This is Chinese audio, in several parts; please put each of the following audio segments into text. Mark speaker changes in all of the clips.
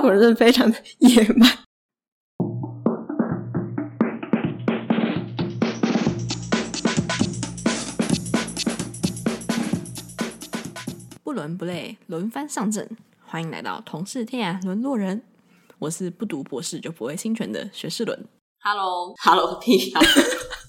Speaker 1: 口真的非常的野蛮。
Speaker 2: 不伦不类，轮番上阵。欢迎来到同是天涯沦落人，我是不读博士就不会侵权的学士伦。Hello，Hello 屁啊！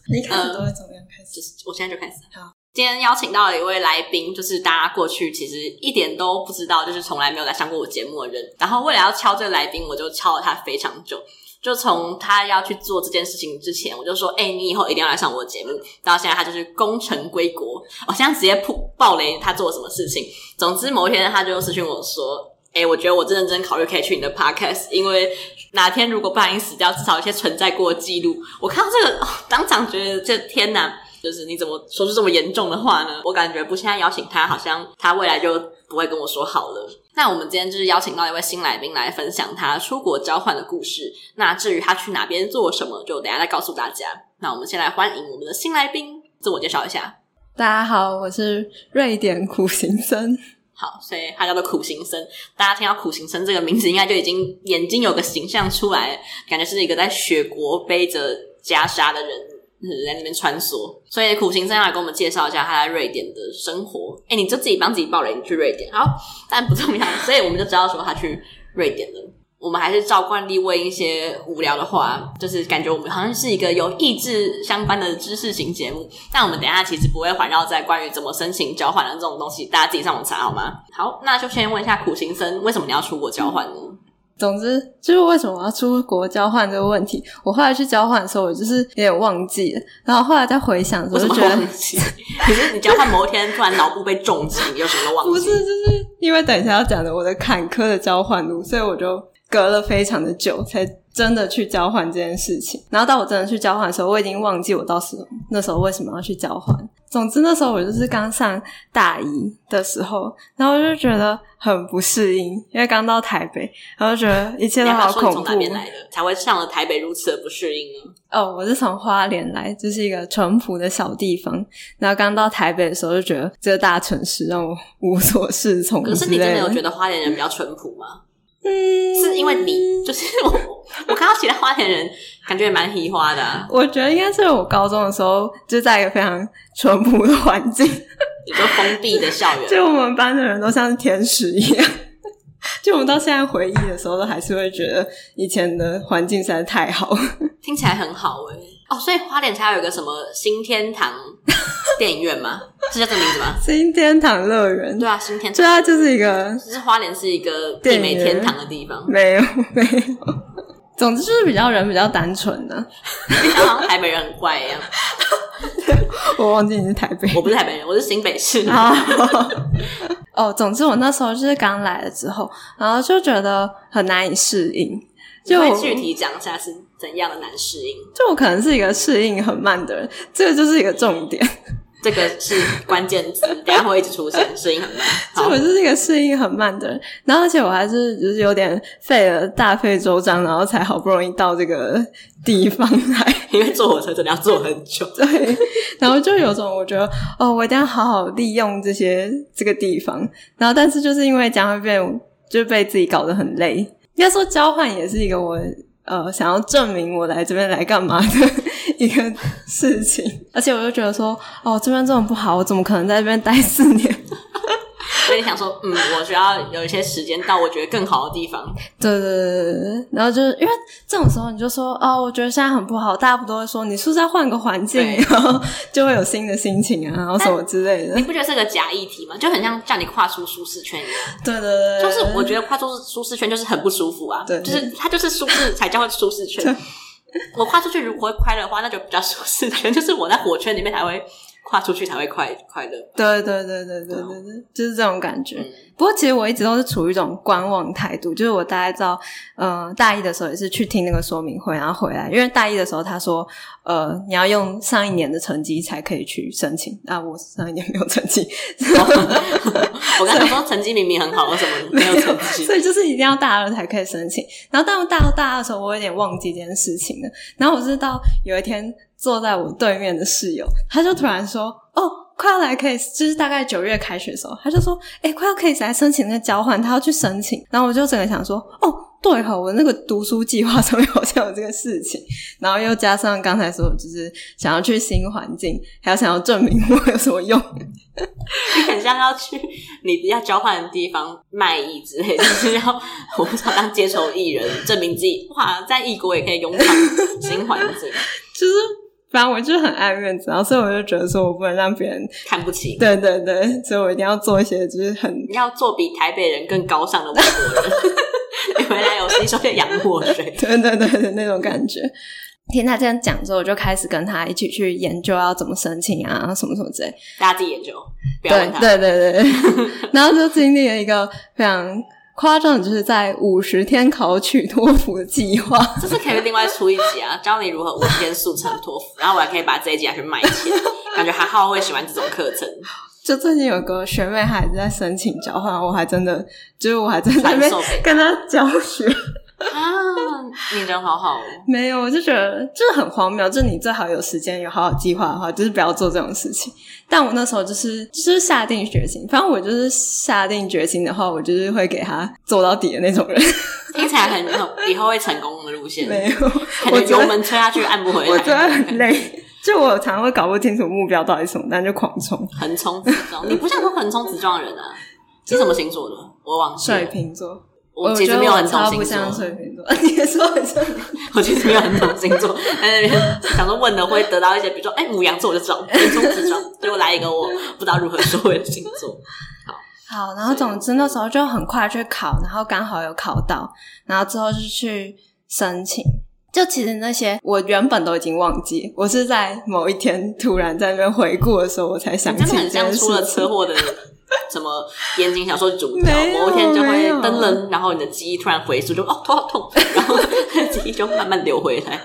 Speaker 1: 你看都会怎么样开始？
Speaker 2: 就是我现在就开始。
Speaker 1: 好，
Speaker 2: 今天邀请到了一位来宾，就是大家过去其实一点都不知道，就是从来没有来上过我节目的人。然后为了要敲这个来宾，我就敲了他非常久。就从他要去做这件事情之前，我就说：“哎、你以后一定要来上我的节目。”到现在，他就是功成归国。哦我现在直接曝爆雷他做了什么事情。总之，某一天他就私讯我说：“哎、我觉得我真认真考虑可以去你的 podcast，因为哪天如果不小心死掉，至少有一些存在过的记录。”我看到这个，哦当场觉得这天哪！就是你怎么说出这么严重的话呢？我感觉不现在邀请他，好像他未来就不会跟我说好了。那我们今天就是邀请到一位新来宾来分享他出国交换的故事。那至于他去哪边做什么，就等一下再告诉大家。那我们先来欢迎我们的新来宾，自我介绍一下。
Speaker 1: 大家好，我是瑞典苦行僧。
Speaker 2: 好，所以他叫做苦行僧。大家听到苦行僧这个名字，应该就已经眼睛有个形象出来，感觉是一个在雪国背着袈裟的人，嗯就是在那边穿梭。所以苦行僧要来给我们介绍一下他在瑞典的生活。哎、你就自己帮自己报了，你去瑞典好，但不重要，所以我们就知道说他去瑞典了。我们还是照惯例问一些无聊的话，就是感觉我们好像是一个有益智相关的知识型节目。但我们等一下其实不会环绕在关于怎么申请交换的这种东西，大家自己上网查好吗？好，那就先问一下苦行僧，为什么你要出国交换呢？
Speaker 1: 总之，就是为什么我要出国交换这个问题，我后来去交换的时候，我就是有点忘记了。然后后来再回想的时
Speaker 2: 为什
Speaker 1: 候，
Speaker 2: 么
Speaker 1: 就觉得
Speaker 2: 忘记？可是你交换某一天突然脑部被重击，你就什么都忘记？
Speaker 1: 不是，就是因为等一下要讲的我的坎坷的交换路，所以我就隔了非常的久才真的去交换这件事情。然后到我真的去交换的时候，我已经忘记我当时那时候为什么要去交换。总之那时候我就是刚上大一的时候，然后我就觉得很不适应，因为刚到台北，然后就觉得一切
Speaker 2: 你
Speaker 1: 都
Speaker 2: 要不
Speaker 1: 好
Speaker 2: 要说你
Speaker 1: 恐
Speaker 2: 从
Speaker 1: 怖
Speaker 2: 哪。边来的，才会上了台北如此的不适应呢？
Speaker 1: 哦，我是从花莲来，就是一个淳朴的小地方。然后刚到台北的时候，就觉得这个大城市让我无所适从之类
Speaker 2: 可
Speaker 1: 的。
Speaker 2: 是你真的有觉得花莲人比较淳朴吗？
Speaker 1: 嗯，
Speaker 2: 是因为你，就是我，我看到其他花莲人，感觉也蛮喜花的啊、
Speaker 1: 我觉得应该是我高中的时候就在一个非常淳朴的环境，
Speaker 2: 一个封闭的校园。
Speaker 1: 就我们班的人都像是天使一样。 就我们到现在回忆的时候，都还是会觉得以前的环境实在太好。
Speaker 2: 听起来很好哎、哦，所以花莲才有一个什么新天堂电影院吗？ 是叫这个名字吗？
Speaker 1: 新天堂乐园，
Speaker 2: 对啊，新天
Speaker 1: 就
Speaker 2: 堂。
Speaker 1: 它就是一个
Speaker 2: 就是花莲是一个地美天堂的地方，
Speaker 1: 没有 没有，总之就是比较人比较单纯啊的、
Speaker 2: 好像台北人很怪一样。
Speaker 1: 我忘记你是台北
Speaker 2: 我不是台北人，我是新北市。
Speaker 1: 啊。 哦，总之我那时候就是刚来了之后，然后就觉得很难以适应。就
Speaker 2: 就具体讲一下是怎样的难适应，
Speaker 1: 就我可能是一个适应很慢的人，这个就是一个重点。
Speaker 2: 这个是关键字， 等一下会一直出现，适应很慢。
Speaker 1: 就
Speaker 2: 好
Speaker 1: 我，就是一个适应很慢的人，然后而且我还是就是有点费了大费周章，然后才好不容易到这个地方来。
Speaker 2: 因为坐火车真的要坐很久。
Speaker 1: 对，然后就有种我觉得哦，我一定要好好利用这些这个地方。然后但是就是因为这样会被就被自己搞得很累。应该说交换也是一个我呃想要证明我来这边来干嘛的 一个事情。而且我就觉得说哦，这边这么不好，我怎么可能在这边待四年？
Speaker 2: 所以想说，嗯，我需要有一些时间到我觉得更好的地方。
Speaker 1: 对对对对对，然后就是因为这种时候，你就说哦，我觉得现在很不好，大家不都会说你是不是要换个环境
Speaker 2: 对，
Speaker 1: 然后就会有新的心情啊，然后什么之类的
Speaker 2: 你。不觉得是个假议题吗？就很像叫你跨出舒适圈一样。
Speaker 1: 对对对，对
Speaker 2: 就是我觉得跨出舒适圈就是很不舒服啊，
Speaker 1: 对
Speaker 2: 就是它就是舒适才叫舒适圈。我跨出去如果会快乐的话，那就比较舒适圈，就是我在火圈里面才会跨出去才会快快乐。
Speaker 1: 对对对对对对对，就是这种感觉。
Speaker 2: 嗯
Speaker 1: 不过其实我一直都是处于一种观望态度，就是我大概知道，呃，大一的时候也是去听那个说明会，然后回来，因为大一的时候他说，呃，你要用上一年的成绩才可以去申请。啊，我上一年没有成绩，
Speaker 2: 我刚才说成绩明明很好，为什么没有成绩
Speaker 1: 所？以就是一定要大二才可以申请。然后但我大到大二的时候，我有点忘记这件事情了。然后我是到有一天坐在我对面的室友，他就突然说：“哦，快要来可以，就是大概九月开学的时候，他就说：‘哎、快要可以来申请那个交换，他要去申请。’然后我就整个想说：‘哦。’对哈，我那个读书计划上面好像有这个事情，然后又加上刚才说，就是想要去新环境，还有想要证明我有什么用，
Speaker 2: 你很像要去你要交换的地方卖艺之类的，就是要我不知道当街头艺人，证明自己哇，在异国也可以勇闯新环境，
Speaker 1: 就是反正我就很爱面子，然后所以我就觉得说我不能让别人，
Speaker 2: 看不起。
Speaker 1: 对对对，所以我一定要做一些就是很
Speaker 2: 要做比台北人更高尚的外国人。你回来有吸收些洋墨水，
Speaker 1: 对对对对，那种感觉。听他这样讲之后，我就开始跟他一起去研究要怎么申请啊，什么什么之类。
Speaker 2: 大家自己研究，不要
Speaker 1: 对
Speaker 2: 问他。
Speaker 1: 对对对， 然后就经历了一个非常夸张的，就是在五十天考取托福的计划。
Speaker 2: 这是可以另外出一集啊，教你如何五天速成托福，然后我还可以把这一集拿去啊卖钱，感觉韩浩会喜欢这种课程，
Speaker 1: 就最近有个学妹还在申请交换，我还真的，就是我还在那
Speaker 2: 传
Speaker 1: 边
Speaker 2: 授给
Speaker 1: 跟她教学。
Speaker 2: 啊，你人好好哦。
Speaker 1: 没有，我就觉得就是很荒谬。就是你最好有时间有好好计划的话，就是不要做这种事情。但我那时候就是就是下定决心，反正我就是下定决心的话，我就是会给他做到底的那 种人。
Speaker 2: 听起来很很以后会成功的路线，
Speaker 1: 没有，
Speaker 2: 感
Speaker 1: 我
Speaker 2: 觉
Speaker 1: 觉
Speaker 2: 油
Speaker 1: 得
Speaker 2: 门吹下去按不回来，
Speaker 1: 我真的很累。就我常常会搞不清楚目标到底是什么，但就狂冲。
Speaker 2: 横冲直撞。你不像是横冲直撞的人啊？你什么星座的？我忘记了
Speaker 1: 水，瓶座，
Speaker 2: 我其
Speaker 1: 觉
Speaker 2: 实
Speaker 1: 得
Speaker 2: 没有
Speaker 1: 我
Speaker 2: 很懂
Speaker 1: 超
Speaker 2: 星
Speaker 1: 不
Speaker 2: 座
Speaker 1: 像，水瓶座。 你也说很像，
Speaker 2: 我其实没有很懂星座，在那边想说问的会得到一些，比如说哎母羊座我就知道，横冲直撞，结果来一个我不知道如何收尾的星座。
Speaker 1: 好，然后总之那时候就很快去考，然后刚好有考到，然后之后就去申请。就其实那些我原本都已经忘记，我是在某一天突然在那边回顾的时候，我才想
Speaker 2: 你
Speaker 1: 起
Speaker 2: 真的
Speaker 1: 这
Speaker 2: 很像
Speaker 1: 件
Speaker 2: 出了
Speaker 1: 事
Speaker 2: 车
Speaker 1: 情。
Speaker 2: 祸的什么言情小说主角，
Speaker 1: 没有
Speaker 2: 某一天就
Speaker 1: 没
Speaker 2: 会
Speaker 1: 有
Speaker 2: 噔噔，然后你的记忆突然回溯，就哦头好痛，然后 记忆就慢慢流回来。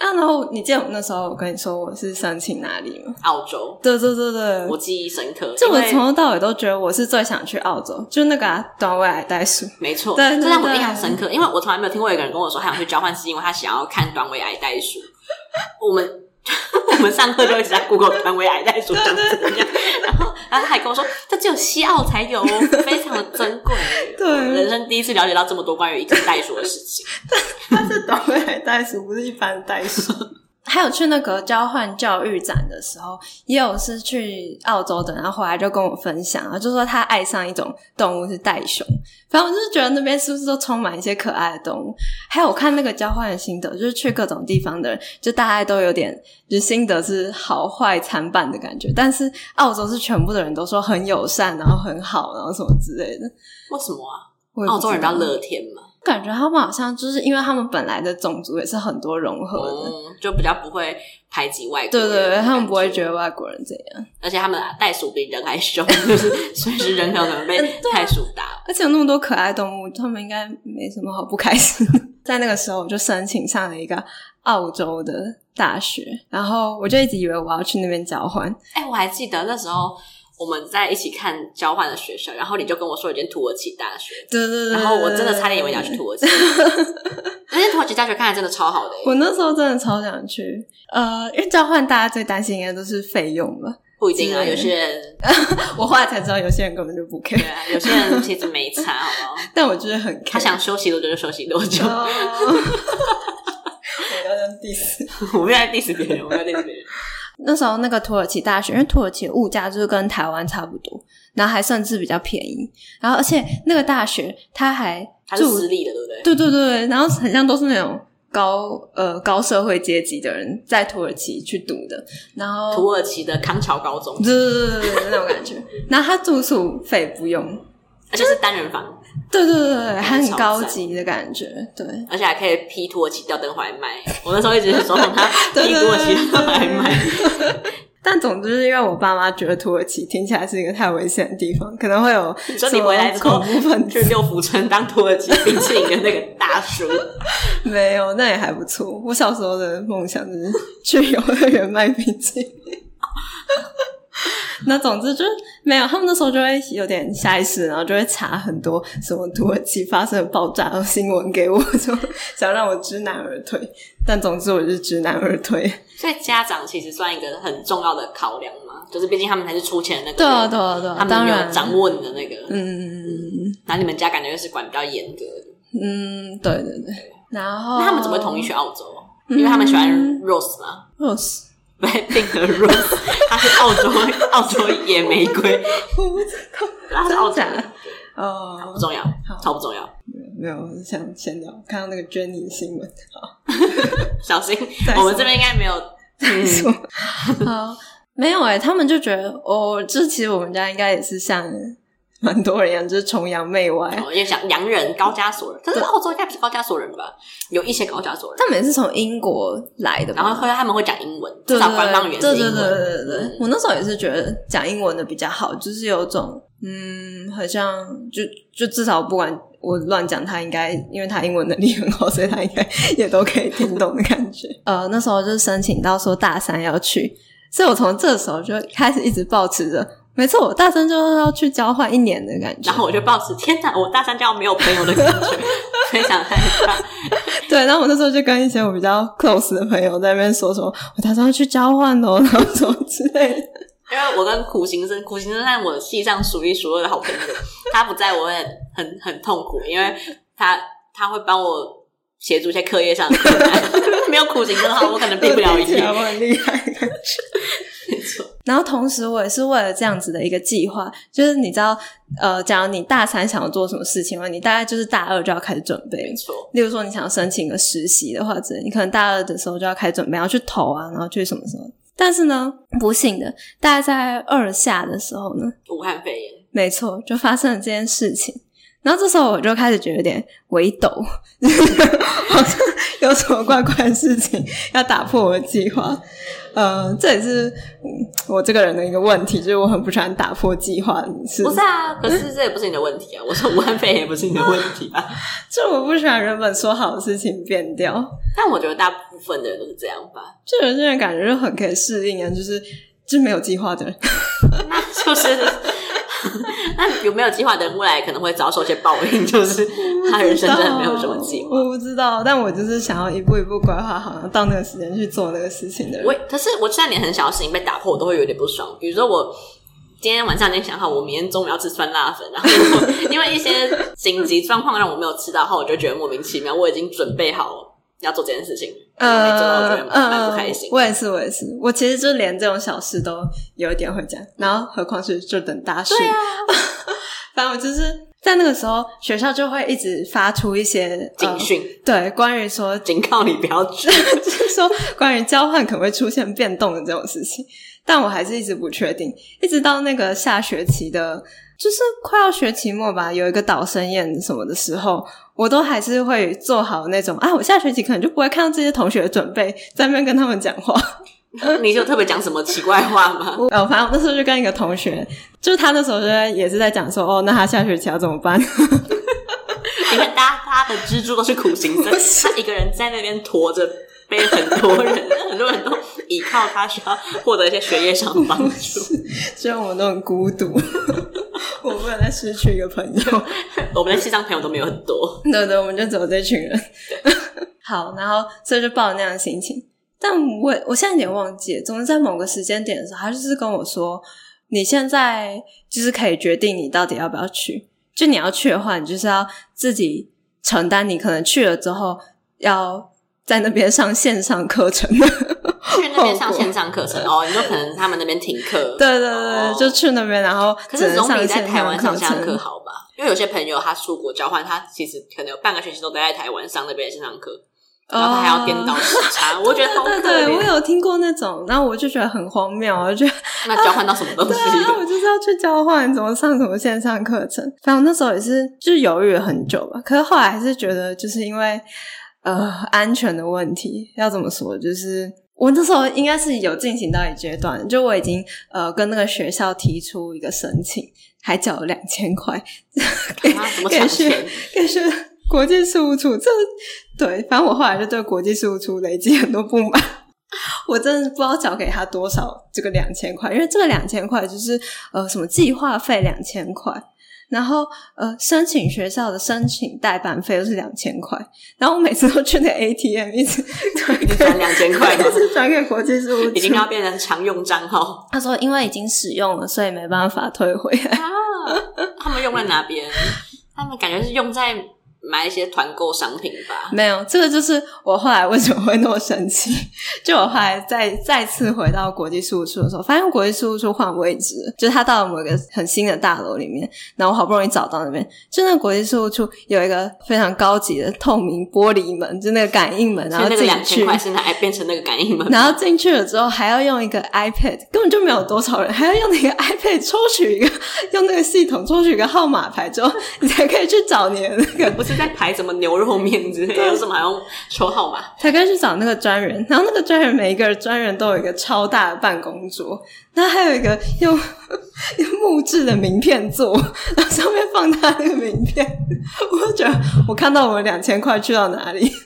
Speaker 1: 啊，然后你记得我那时候我跟你说我是申请哪里吗？
Speaker 2: 澳洲，
Speaker 1: 对对对对，
Speaker 2: 我记忆深刻，
Speaker 1: 就我
Speaker 2: 因为
Speaker 1: 从头到尾都觉得我是最想去澳洲，就那个、啊、短尾矮袋鼠。
Speaker 2: 没错，
Speaker 1: 对对
Speaker 2: 这让我
Speaker 1: 对
Speaker 2: 印象深刻，因为我从来没有听过有一个人跟我说他想去交换，是因为他想要看短尾矮袋鼠。 我们 我们上课就一直在 Google 短尾矮袋鼠长怎样，然后然后他还跟我说，这只有西澳才有哦，非常的珍贵。
Speaker 1: 对
Speaker 2: 我人生第一次了解到这么多关于一只袋鼠的事情。
Speaker 1: 它是短尾海袋鼠，不是一般的袋鼠。 还有去那个交换教育展的时候，也有是去澳洲的，然后回来就跟我分享啊，就说他爱上一种动物是袋熊。反正我就是觉得那边是不是都充满一些可爱的动物？还有我看那个交换的心得，就是去各种地方的人，就大概都有点，就是心得是好坏参半的感觉。但是澳洲是全部的人都说很友善，然后很好，然后什么之类的。
Speaker 2: 为什么啊？
Speaker 1: 我也不
Speaker 2: 澳洲人
Speaker 1: 知道
Speaker 2: 叫乐天嘛，
Speaker 1: 感觉他们好像就是因为他们本来的种族也是很多融合的，
Speaker 2: 嗯，就比较不会排挤外国
Speaker 1: 对
Speaker 2: 人。
Speaker 1: 对对，他们不会觉得，外国人怎样。
Speaker 2: 而且他们啊袋鼠比人还凶， 就是随时人很有可
Speaker 1: 呃
Speaker 2: 能被
Speaker 1: 啊
Speaker 2: 袋鼠打。
Speaker 1: 而且有那么多可爱动物，他们应该没什么好不开心 的。在那个时候，我就申请上了一个澳洲的大学，然后我就一直以为我要去那边交换，
Speaker 2: 哎、我还记得那时候我们在一起看交换的学校，然后你就跟我说有一间土耳其大学，
Speaker 1: 对对对，
Speaker 2: 然后我真的差点以为你要去土 耳其。那间土耳其大学看来真的超好的、
Speaker 1: 我那时候真的超想去，呃，因为交换大家最担心应该都是费用吧。
Speaker 2: 不一定啊，
Speaker 1: 是
Speaker 2: 有些人
Speaker 1: 我后来才知道有些人根本就不
Speaker 2: 对
Speaker 1: care，
Speaker 2: 啊，有些人其实没差，好不好？
Speaker 1: 但我就是很 care。
Speaker 2: 他想休息多久就休息多久，
Speaker 1: 哦，我要当第四。
Speaker 2: 我没有在 diss 别人，我没有在 diss 别人。
Speaker 1: 那时候那个土耳其大学，因为土耳其的物价就是跟台湾差不多，然后还甚至比较便宜，然后而且那个大学它还
Speaker 2: 他是
Speaker 1: 住，
Speaker 2: 私立的，对不对？
Speaker 1: 对对对，然后很像都是那种高呃高社会阶级的人在土耳其去读的，然后
Speaker 2: 土耳其的康桥高中，
Speaker 1: 对对对对对那种感觉，然后他住宿费不用，
Speaker 2: 而且是单人房，
Speaker 1: 对对对对，还很
Speaker 2: 超
Speaker 1: 高
Speaker 2: 赞
Speaker 1: 级的感觉，对，
Speaker 2: 而且还可以劈土耳其吊灯回来卖。我那时候一直是怂恿他
Speaker 1: 对
Speaker 2: 劈土耳其吊灯回来卖。。
Speaker 1: 但总之，是因为我爸妈觉得土耳其听起来是一个太危险的地方，可能会有
Speaker 2: 说
Speaker 1: 什
Speaker 2: 你
Speaker 1: 么
Speaker 2: 回来之后
Speaker 1: 恐怖分
Speaker 2: 去
Speaker 1: 子。
Speaker 2: 六福村当土耳其冰淇淋的那个 大叔，
Speaker 1: 没有，那也还不错。我小时候的梦想就是去游乐园卖冰淇淋。 那总之就是没有，他们那时候就会有点下意识，然后就会查很多什么土耳其发生的爆炸的新闻给我，就想让我知难而退。但总之，我就是知难而退。
Speaker 2: 所以家长其实算一个很重要的考量嘛，就是毕竟他们才是出钱的那个，
Speaker 1: 对啊，对，啊，对啊，
Speaker 2: 他们
Speaker 1: 当
Speaker 2: 没
Speaker 1: 然
Speaker 2: 有掌握你的那个，
Speaker 1: 嗯，
Speaker 2: 然后你们家感觉就是管比较严格的，
Speaker 1: 嗯，对对对。然后
Speaker 2: 那他们怎么会同意去澳洲？
Speaker 1: 嗯
Speaker 2: 因为他们喜欢 Rose 嘛，
Speaker 1: Rose？
Speaker 2: 不是定的 Rose，它是 澳洲澳洲野玫瑰，
Speaker 1: 我不知道，
Speaker 2: 它是澳洲
Speaker 1: 真的
Speaker 2: 的
Speaker 1: 假哦
Speaker 2: 不，重要
Speaker 1: 好，
Speaker 2: 超不重要。
Speaker 1: 没有，我是想闲聊，看到那个 Jenny 新闻。
Speaker 2: 小心
Speaker 1: 再，说
Speaker 2: 我们这边应该没有。嗯
Speaker 1: 说 好，没有哎、他们就觉得哦，这其实我们家应该也是像蛮多人一样，就是崇洋媚外。
Speaker 2: 哦，因为想洋人、高加索人，但是澳洲应该不是高加索人吧？有一些高加索人，
Speaker 1: 他们也是从英国来的吧，
Speaker 2: 然后会他们会讲英文，
Speaker 1: 对对
Speaker 2: 至少官方语言
Speaker 1: 对
Speaker 2: 是
Speaker 1: 对
Speaker 2: 英
Speaker 1: 对
Speaker 2: 文。
Speaker 1: 对对对
Speaker 2: 嗯，
Speaker 1: 我那时候也是觉得讲英文的比较好，就是有种嗯，好像就就至少不管我乱讲，他应该因为他英文能力很好，所以他应该也都可以听懂的感 觉。呃，那时候就是申请到说大三要去，所以我从这时候就开始一直保持着，没错，我大三就是要去交换一年的感觉
Speaker 2: 然。后我就抱持天哪，我大三就要没有朋友的感觉， 非常害怕。
Speaker 1: 对，然后我那时候就跟一些我比较 close 的朋友在那边说什么，我打算要去交换哦，然后什么之类的。
Speaker 2: 因为我跟苦行僧，苦行僧在我系上数一数二的好朋友，他不在我会很很很痛苦，因为他他会帮我协助一些课业上的困难。 没有苦行僧的啊话，我可能毕不了
Speaker 1: 听起
Speaker 2: 业。
Speaker 1: 来我很厉害的感觉。
Speaker 2: 没错，
Speaker 1: 然后同时，我也是为了这样子的一个计划，就是你知道，呃，假如你大三想要做什么事情的话，你大概就是大二就要开始准备
Speaker 2: 没。错，
Speaker 1: 例如说，你想要申请个实习的话，之类，你可能大二的时候就要开始准备，要去投啊，然后去什么什么。但是呢，不幸的，大概在二下的时候呢，
Speaker 2: 武汉肺炎。
Speaker 1: 没错，就发生了这件事情。然后这时候我就开始觉得有点微抖， 好像有什么怪怪的事情要打破我的计划。呃，这也是嗯我这个人的一个问题，就是我很不喜欢打破计划。是，
Speaker 2: 不是啊，可是这也不是你的问题啊！ 我说武汉肺炎不是你的问题啊吧？
Speaker 1: 就我不喜欢原本说好的事情变掉，
Speaker 2: 但我觉得大部分的人都是这样吧，
Speaker 1: 就有些人感觉就很可以适应啊，就是就是没有计划的人。
Speaker 2: 那就是 那有没有计划的人未来可能会遭受一些报应，就是他人生 真的没有什么计划。
Speaker 1: 我不知道，但我就是想要一步一步规划好，然后到那个时间去做那个事情的人。
Speaker 2: 我可是我知道你很小的事情被打破，我都会有点不爽。比如说我今天晚上已经想好，我明天中午要吃酸辣粉，然后我因为一些紧急状况让我没有吃到的话，我就觉得莫名其妙。我已经准备好要做这件事情，没做到，我觉得蛮不开心。
Speaker 1: 呃我也是，我也是，我其实就连这种小事都有一点会这样，然后何况是就等大事。
Speaker 2: 对啊，
Speaker 1: 反正我就是在那个时候，学校就会一直发出一些
Speaker 2: 警、讯、
Speaker 1: 呃对，关于说，
Speaker 2: 警告你不要去。
Speaker 1: 就是 说关于交换可能会出现变动的这种事情，但我还是一直不确定，一直到那个下学期的。就是快要学期末吧，有一个导生宴什么的时候，我都还是会做好那种啊，我下学期可能就不会看到这些同学的准备，在那边跟他们讲话。
Speaker 2: 你就特别讲什么奇怪话吗？
Speaker 1: 呃，反正我那时候就跟一个同学，就是他那时候就在也是在讲说，哦，那他下学期要怎么办？
Speaker 2: 你看，大家大家的蜘蛛都是苦行僧，他一个人在那边驮着背很多人，很多人都依靠他，需要获得一些学业上的帮助。
Speaker 1: 虽然我们都很孤独， 我不能再失去一个朋友。
Speaker 2: 我们的西藏朋友都没有很多，
Speaker 1: 对对，我们就只有这群人。 好，然后所以就抱着那样的心情，但我我现在有点忘记了，总之在某个时间点的时候，他就是跟我说，你现在就是可以决定你到底要不要去，就你要去的话，你就是要自己承担，你可能去了之后要在那边上线上课程。
Speaker 2: 去那边上线上课程哦，你说可能他们那边停 课，
Speaker 1: 对对对，
Speaker 2: 哦
Speaker 1: 对，就去那边，然后
Speaker 2: 可
Speaker 1: 只
Speaker 2: 是
Speaker 1: 能
Speaker 2: 总比
Speaker 1: 上
Speaker 2: 在
Speaker 1: 线
Speaker 2: 台湾上
Speaker 1: 课
Speaker 2: 线上课
Speaker 1: 程。
Speaker 2: 好吧？因为有些朋友他出国交换，他其实可能有半个学期都待在台湾上那边的线上课，然后他还要颠倒时差，我觉得好可
Speaker 1: 哦对对，我
Speaker 2: 怜。
Speaker 1: 有听过那种，然后我就觉得很荒谬，我就觉得
Speaker 2: 那交换到什么东西
Speaker 1: 对？啊，我就是要去交换，怎么上什么线上课程。反正我那时候也是就是犹豫了很久吧，可是后来还是觉得就是因为呃安全的问题，要怎么说就是。我那时候应该是有进行到一阶段，就我已经呃跟那个学校提出一个申请，还缴了两千块，给
Speaker 2: 啊，怎么
Speaker 1: 给
Speaker 2: 抢
Speaker 1: 学
Speaker 2: 钱？
Speaker 1: 给学国际事务处，这对，反正我后来就对国际事务处累积很多不满。 我真的不知道缴给他多少这个两千块，因为这个两千块就是呃什么计划费两千块，然后呃申请学校的申请代办费又是两千块，然后我每次都去那 ATM 一 直转
Speaker 2: 你转2000块吗
Speaker 1: 一直转给国际事务
Speaker 2: 已经
Speaker 1: 处。
Speaker 2: 要变成常用账号
Speaker 1: 他说因为已经使用了，所以没办法退回来。
Speaker 2: 啊！他们用在哪边？他们感觉是用在买一些团购商品吧。
Speaker 1: 没有，这个就是我后来为什么会那么生气。就我后来再再次回到国际事务处的时候，发现国际事务处换位置，就是他到了某一个很新的大楼里面，然后我好不容易找到那边，就那国际事务处有一个非常高级的透明玻璃门，就那个感应门，然
Speaker 2: 所以
Speaker 1: 后
Speaker 2: 那
Speaker 1: 进
Speaker 2: 个
Speaker 1: 去。
Speaker 2: 两千块现在还变成那个感应门，
Speaker 1: 然后进去了之后，还要用一个 iPad，根本就没有多少人，还要用那个 iPad 抽取一个，用那个系统抽取一个号码牌之后，你才可以去找你的那个
Speaker 2: 不是在排什么牛肉面之类的，有什么还用抽号码？
Speaker 1: 才可以去找那个专员，然后那个专员每一个专员都有一个超大的办公桌，然后还有一个用 用木质的名片座，然后上面放他那个名片。我就觉得我看到我们两千块去到哪里。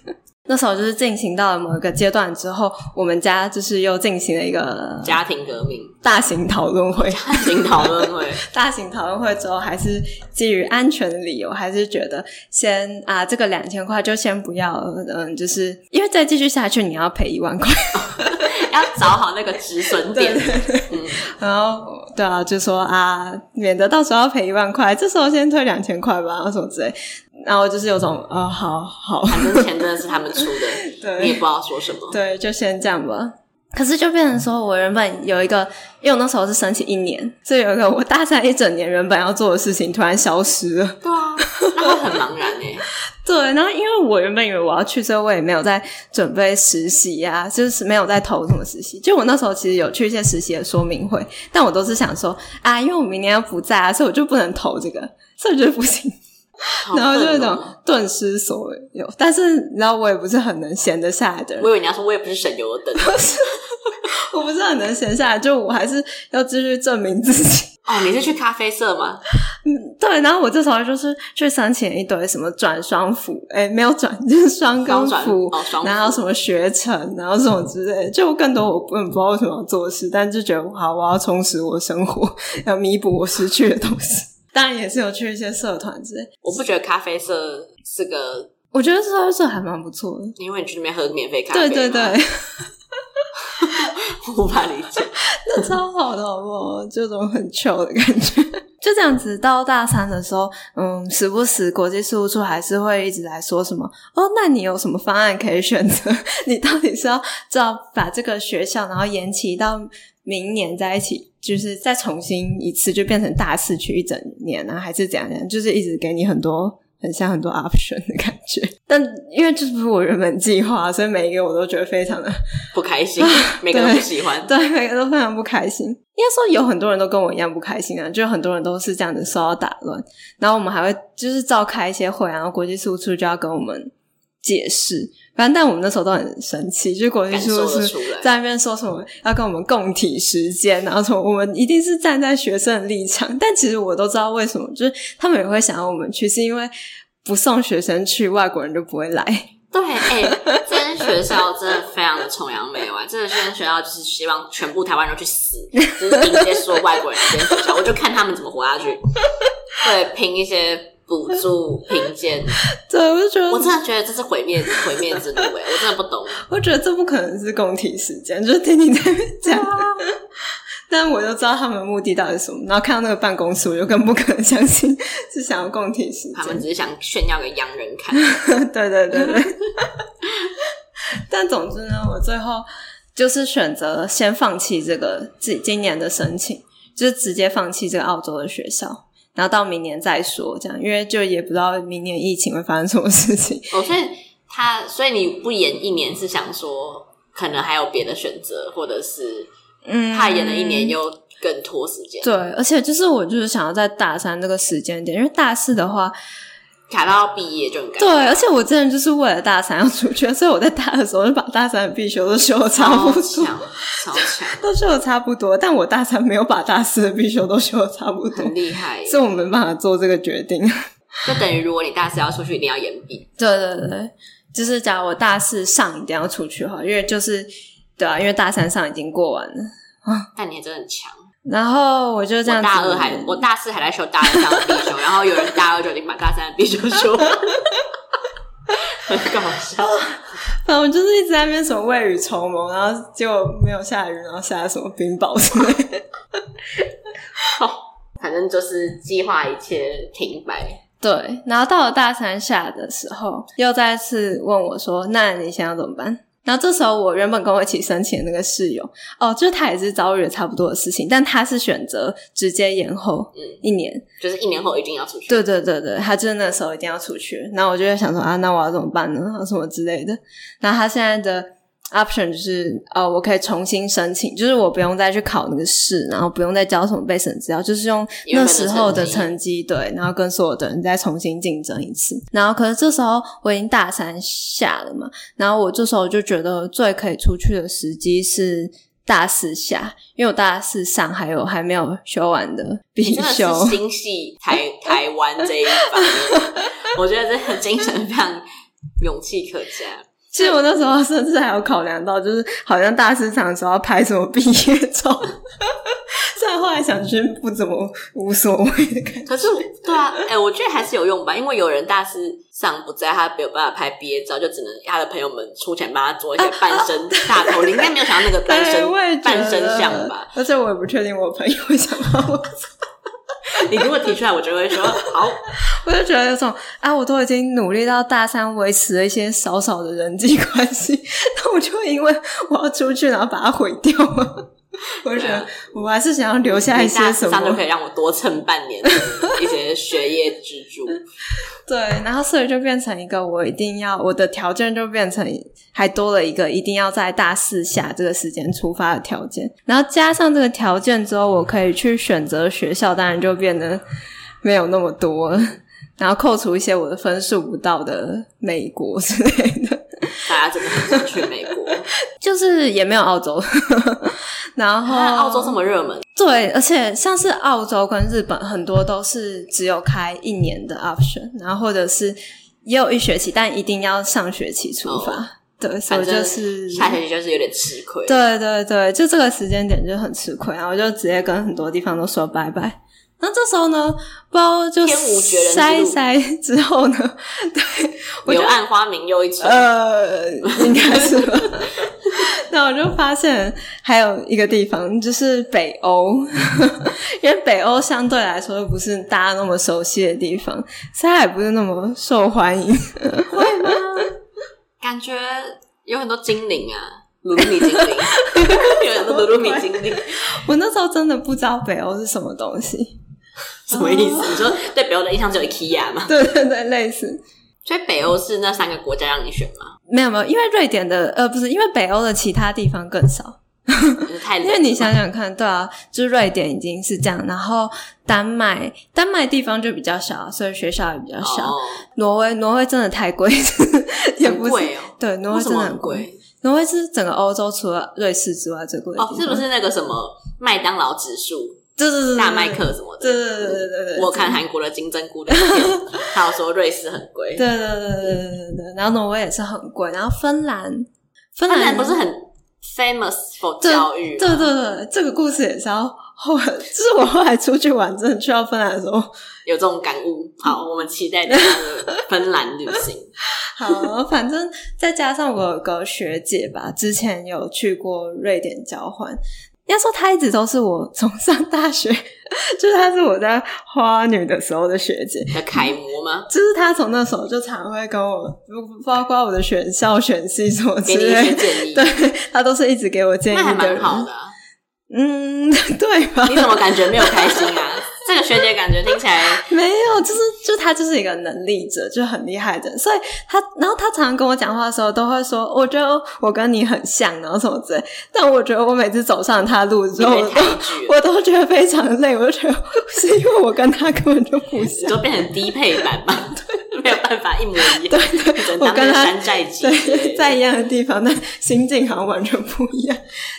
Speaker 1: 那时候就是进行到了某一个阶段之后，我们家就是又进行了一个
Speaker 2: 家庭革命、
Speaker 1: 大型讨论会。
Speaker 2: 家庭讨论会，
Speaker 1: 大型讨论会之后，还是基于安全的理由，还是觉得先啊，这个两千块就先不要，呃嗯，就是因为再继续下去你要赔一万块，
Speaker 2: 要找好那个止损点。
Speaker 1: 然后对啊，就说啊，免得到时候要赔一万块，这时候先退两千块吧，然后什么之类，然后就是有种啊、呃好好，
Speaker 2: 反正钱真的是他们出的，
Speaker 1: 对
Speaker 2: 你也不知道说什么。
Speaker 1: 对，就先这样吧。可是就变成说，我原本有一个，因为我那时候是申请一年，所以有一个我大三一整年原本要做的事情突然消失了。
Speaker 2: 对啊，那会很茫然哎、
Speaker 1: 对，然后因为我原本以为我要去，所以我也没有在准备实习呀、就是没有在投什么实习。就我那时候其实有去一些实习的说明会，但我都是想说啊，因为我明年要不在啊，所以我就不能投这个，所以我觉得不行。
Speaker 2: 好
Speaker 1: 然后就有一
Speaker 2: 笨
Speaker 1: 种
Speaker 2: 哦
Speaker 1: 顿失所有。但是你知道，我也不是很能闲得下来的人
Speaker 2: 我，以为你要说，我也不是省油的灯。
Speaker 1: 我不是很能闲下来，就我还是要继续证明自己。
Speaker 2: 哦，你是去咖啡社吗？
Speaker 1: 嗯，对，然后我这时候就是去申请一堆什么转双辅，哎，没有转，就是双跟
Speaker 2: 双转
Speaker 1: 辅，
Speaker 2: 哦双辅
Speaker 1: 然后什么学程，然后什么之类的，就更多我根本不知道为什么要做的事，但就觉得好，我要充实我的生活， 要弥补我失去的东西。 当然也是有去一些社团之类，
Speaker 2: 我不觉得咖啡社是个，
Speaker 1: 我觉得社社还蛮不错的。
Speaker 2: 因为你去那边喝免费咖啡
Speaker 1: 对对
Speaker 2: 嘛，
Speaker 1: 对，
Speaker 2: 无法理解。
Speaker 1: 那超好的，好不好？这种很 chill 的感觉。 就这样子，到大三的时候，嗯，时不时国际事务处还是会一直来说什么哦，那你有什么方案可以选择？ 你到底是要照把这个学校，然后延期到明年在一起，就是再重新一次就变成大四去一整年啊，还是怎样怎样？就是一直给你很多很像很多 option 的感觉。但因为这不是我原本计划，所以每一个我都觉得非常的
Speaker 2: 不开心，每个人不喜欢。
Speaker 1: 啊对，每个都非常不开心。应该说有很多人都跟我一样不开心啊，就有很多人都是这样子受到打乱。然后我们还会就是召开一些会啊，然后国际事务处就要跟我们解释。反正但我们那时候都很生气，就是国际
Speaker 2: 感
Speaker 1: 事
Speaker 2: 受
Speaker 1: 务
Speaker 2: 得
Speaker 1: 处
Speaker 2: 出来
Speaker 1: 在那边说什么要跟我们共体时间，然后什么我们一定是站在学生的立场。但其实我都知道为什么，就是他们也会想要我们去，是因为不送学生去，外国人就不会来。
Speaker 2: 对，哎、这间学校真的非常的崇洋媚外。这间学校就是希望全部台湾人都去死，就是迎接所有外国人。这间学校，我就看他们怎么活下去。对，拼一些补助、评鉴，
Speaker 1: 对，我就觉得
Speaker 2: 我真的觉得这是毁灭、毁灭之路、哎，我真的不懂。
Speaker 1: 我觉得这不可能是共体时间， 就是听你在那边讲。
Speaker 2: 啊
Speaker 1: 但我就知道他们的目的到底是什么，然后看到那个办公室，我就更不可能相信 是想要共体时
Speaker 2: 他们
Speaker 1: 间。
Speaker 2: 只是想炫耀给洋人看。
Speaker 1: 对对对对。但总之呢，我最后就是选择先放弃这个自己今年的申请，就是直接放弃这个澳洲的学校，然后到明年再说，这样，因为就也不知道明年疫情会发生什么事情。
Speaker 2: 哦，所以他，所以你不演一年是想说，可能还有别的选择，或者是
Speaker 1: 嗯，
Speaker 2: 怕演了一年又更拖时间，
Speaker 1: 对，而且就是我就是想要在大三这个时间点，因为大四的话，
Speaker 2: 卡到毕业就很尴
Speaker 1: 对，
Speaker 2: 尬。
Speaker 1: 而且我之前就是为了大三要出去， 所以我在大的时候就把大三的必修都修的差不
Speaker 2: 超
Speaker 1: 多，
Speaker 2: 强，超强，
Speaker 1: 都修的差不多。但我大三没有把大四的必修都修的差不多
Speaker 2: 很，厉 害。
Speaker 1: 所以我没办法做这个决定。
Speaker 2: 就等于如果你大四要出去，一定要演毕。
Speaker 1: 对对对，就是假如我大四上一定要出去哈，因为就是对啊，因为大三上已经过完了，
Speaker 2: 但你还真的很强。
Speaker 1: 然后我就这
Speaker 2: 我
Speaker 1: 样子。
Speaker 2: 大二还，我大四还在修大二上的必修，然后有人大二就已经把大三的必修修完， 很搞笑。
Speaker 1: 反正我就是一直在那边什么未雨绸缪，然后结果没有下雨，然后下什么冰雹之类的。
Speaker 2: 反正就是计划一切停摆，
Speaker 1: 对，然后到了大三下的时候，又再次问我说：“那你想要怎么办？”然后这时候，我原本跟我一起申请的那个室友，哦，就是他也是遭遇了差不多的事情，但他是选择直接延后
Speaker 2: 嗯
Speaker 1: 一年。
Speaker 2: 就是一年后一定要出去。
Speaker 1: 对对对对，他就是那时候一定要出去。然后我就在想说啊，那我要怎么办呢？什么之类的。然后他现在的 option 就是呃，我可以重新申请，就是我不用再去考那个试，然后不用再交什么备审资料，就是用那时候的成绩对，然后跟所有的人再重新竞争一次。然后可是这时候我已经大三下了嘛，然后我这时候就觉得最可以出去的时机是。大四下，因为我大四上还有还没有修完的必
Speaker 2: 你
Speaker 1: 修，
Speaker 2: 真的是心系台台湾这一方面， 我觉得这个精神非常勇气可 嘉。
Speaker 1: 其实我那时候甚至还有考量到，就是好像大市场的时候要拍什么毕业照，虽然后来想就是不怎么无所谓的感觉。
Speaker 2: 可是我，对啊，哎、我觉得还是有用吧，因为有人大四上不在，他没有办法拍毕业照，就只能他的朋友们出钱帮他做 一些半身大头。你应该没有想到那个半
Speaker 1: 对，
Speaker 2: 身
Speaker 1: 我也觉得
Speaker 2: 半身像吧？？
Speaker 1: 而且我也不确定我朋友想帮我，
Speaker 2: 你如果提出来，我就 会说好。
Speaker 1: 我就觉得有种啊，我都已经努力到大三，维持了一些少少的人际关系，那我就因为我要出去，然后把它毁掉了。 我就觉
Speaker 2: 对
Speaker 1: 得
Speaker 2: 啊
Speaker 1: 我还是想要留下一
Speaker 2: 你
Speaker 1: 些
Speaker 2: 大
Speaker 1: 什
Speaker 2: 四
Speaker 1: 么
Speaker 2: 上就可以让我多蹭半年的一些学业支柱。
Speaker 1: 对，然后所以就变成一个我一定要我的条件就变成还多了一个一定要在大四下这个时间出发的条件，然后加上这个条件之后，我可以去选择学校，当然就变得没有那么多了，然后扣除一些我的分数不到的美国之类的，
Speaker 2: 大家真的很想去美 国，
Speaker 1: 就是也没有澳洲， 然后
Speaker 2: 那澳洲这么热门，
Speaker 1: 对，而且像是澳洲跟日本很多都是只有开一年的 option，然后或者是也有一学期，但一定要上学期出发。
Speaker 2: 哦
Speaker 1: 对，所
Speaker 2: 反
Speaker 1: 以
Speaker 2: 正
Speaker 1: 就是
Speaker 2: 下学期就是有点吃亏。
Speaker 1: 对对对，就这个时间点就很吃亏，然后就直接跟很多地方都说拜拜。那这时候呢，不知道就
Speaker 2: 天无绝人之路
Speaker 1: 塞一塞之后呢，对，我就
Speaker 2: 柳暗花明又一村。啊
Speaker 1: 呃，应该是吧。 那我就发现还有一个地方就是北欧， 因为北欧相对来说不是大家那么熟悉的地方，所以它也不是那么受欢迎。
Speaker 2: 感觉有很多精灵啊，鲁鲁米精灵， 有很多鲁鲁米精灵，
Speaker 1: 我那时候真的不知道北欧是什么东西，
Speaker 2: 什么意思？你说对北欧的印象只有 IKEA 吗？
Speaker 1: 对对对，类似。
Speaker 2: 所以北欧是那三个国家让你选吗？
Speaker 1: 没有没有，因为瑞典的呃不是，因为北欧的其他地方更少，
Speaker 2: 就是太冷
Speaker 1: 因
Speaker 2: 了
Speaker 1: 为你想想看，对啊，就是瑞典已经是这样，然后丹麦丹麦地方就比较小，所以学校也比较小。
Speaker 2: 哦，
Speaker 1: 挪威，挪威真的太贵， 也
Speaker 2: 很
Speaker 1: 不是
Speaker 2: 贵哦，
Speaker 1: 对，挪
Speaker 2: 为
Speaker 1: 威
Speaker 2: 什
Speaker 1: 真的
Speaker 2: 么
Speaker 1: 很
Speaker 2: 很
Speaker 1: 贵。
Speaker 2: 贵？
Speaker 1: 挪威是整个欧洲除了瑞士之外最贵的地
Speaker 2: 哦，
Speaker 1: 方，
Speaker 2: 是不？是那个什么麦当劳指数、
Speaker 1: 对对对，
Speaker 2: 大麦克什么
Speaker 1: 对，对
Speaker 2: 的？
Speaker 1: 对对对对，
Speaker 2: 我看韩国的金针菇的影片，还有说瑞士很贵，
Speaker 1: 对对对对对对对，然后挪威也是很贵，然后芬兰，芬
Speaker 2: 芬兰不是很 famous for
Speaker 1: 对
Speaker 2: 教育吗？
Speaker 1: 对对对，这个故事也是要后来，就是我后来出去玩，真的去到芬兰的时候，
Speaker 2: 有这种感悟。好，我们期待大家的芬兰旅行。
Speaker 1: 好，反正再加上我有个学姐吧，之前有去过瑞典交换。要说她一直都是我从上大学，就是她是我在花女的时候的学姐，
Speaker 2: 的楷模吗？
Speaker 1: 就是她从那时候就常会跟我，不包括我的选校、选系什么
Speaker 2: 给
Speaker 1: 之
Speaker 2: 你一些
Speaker 1: 类，
Speaker 2: 建议，
Speaker 1: 对她都是一直给我建议
Speaker 2: 那还
Speaker 1: 的
Speaker 2: 蛮
Speaker 1: 人。
Speaker 2: 好的啊、
Speaker 1: 嗯， 对吧？
Speaker 2: 你怎么感觉没有开心啊？ 这个学姐感觉听起来
Speaker 1: 没有，就是就他就是一个能力者，就很厉害的人，所以他，然后他常常跟我讲话的时候都会说，我觉得我跟你很像，然后什么之类。但我觉得我每次走上他路之
Speaker 2: 你
Speaker 1: 后，我
Speaker 2: 被
Speaker 1: 都
Speaker 2: 抬举了，
Speaker 1: 我都觉得非常累，我就觉得是因为我跟他根本就不
Speaker 2: 你
Speaker 1: 像
Speaker 2: 就。变成低配版吧，没有办法一模一样，
Speaker 1: 对对
Speaker 2: 你只能
Speaker 1: 我
Speaker 2: 当那
Speaker 1: 跟
Speaker 2: 个
Speaker 1: 她
Speaker 2: 山寨机之类
Speaker 1: 对，
Speaker 2: 的
Speaker 1: 在一样的地方，但心境好像完全不一样。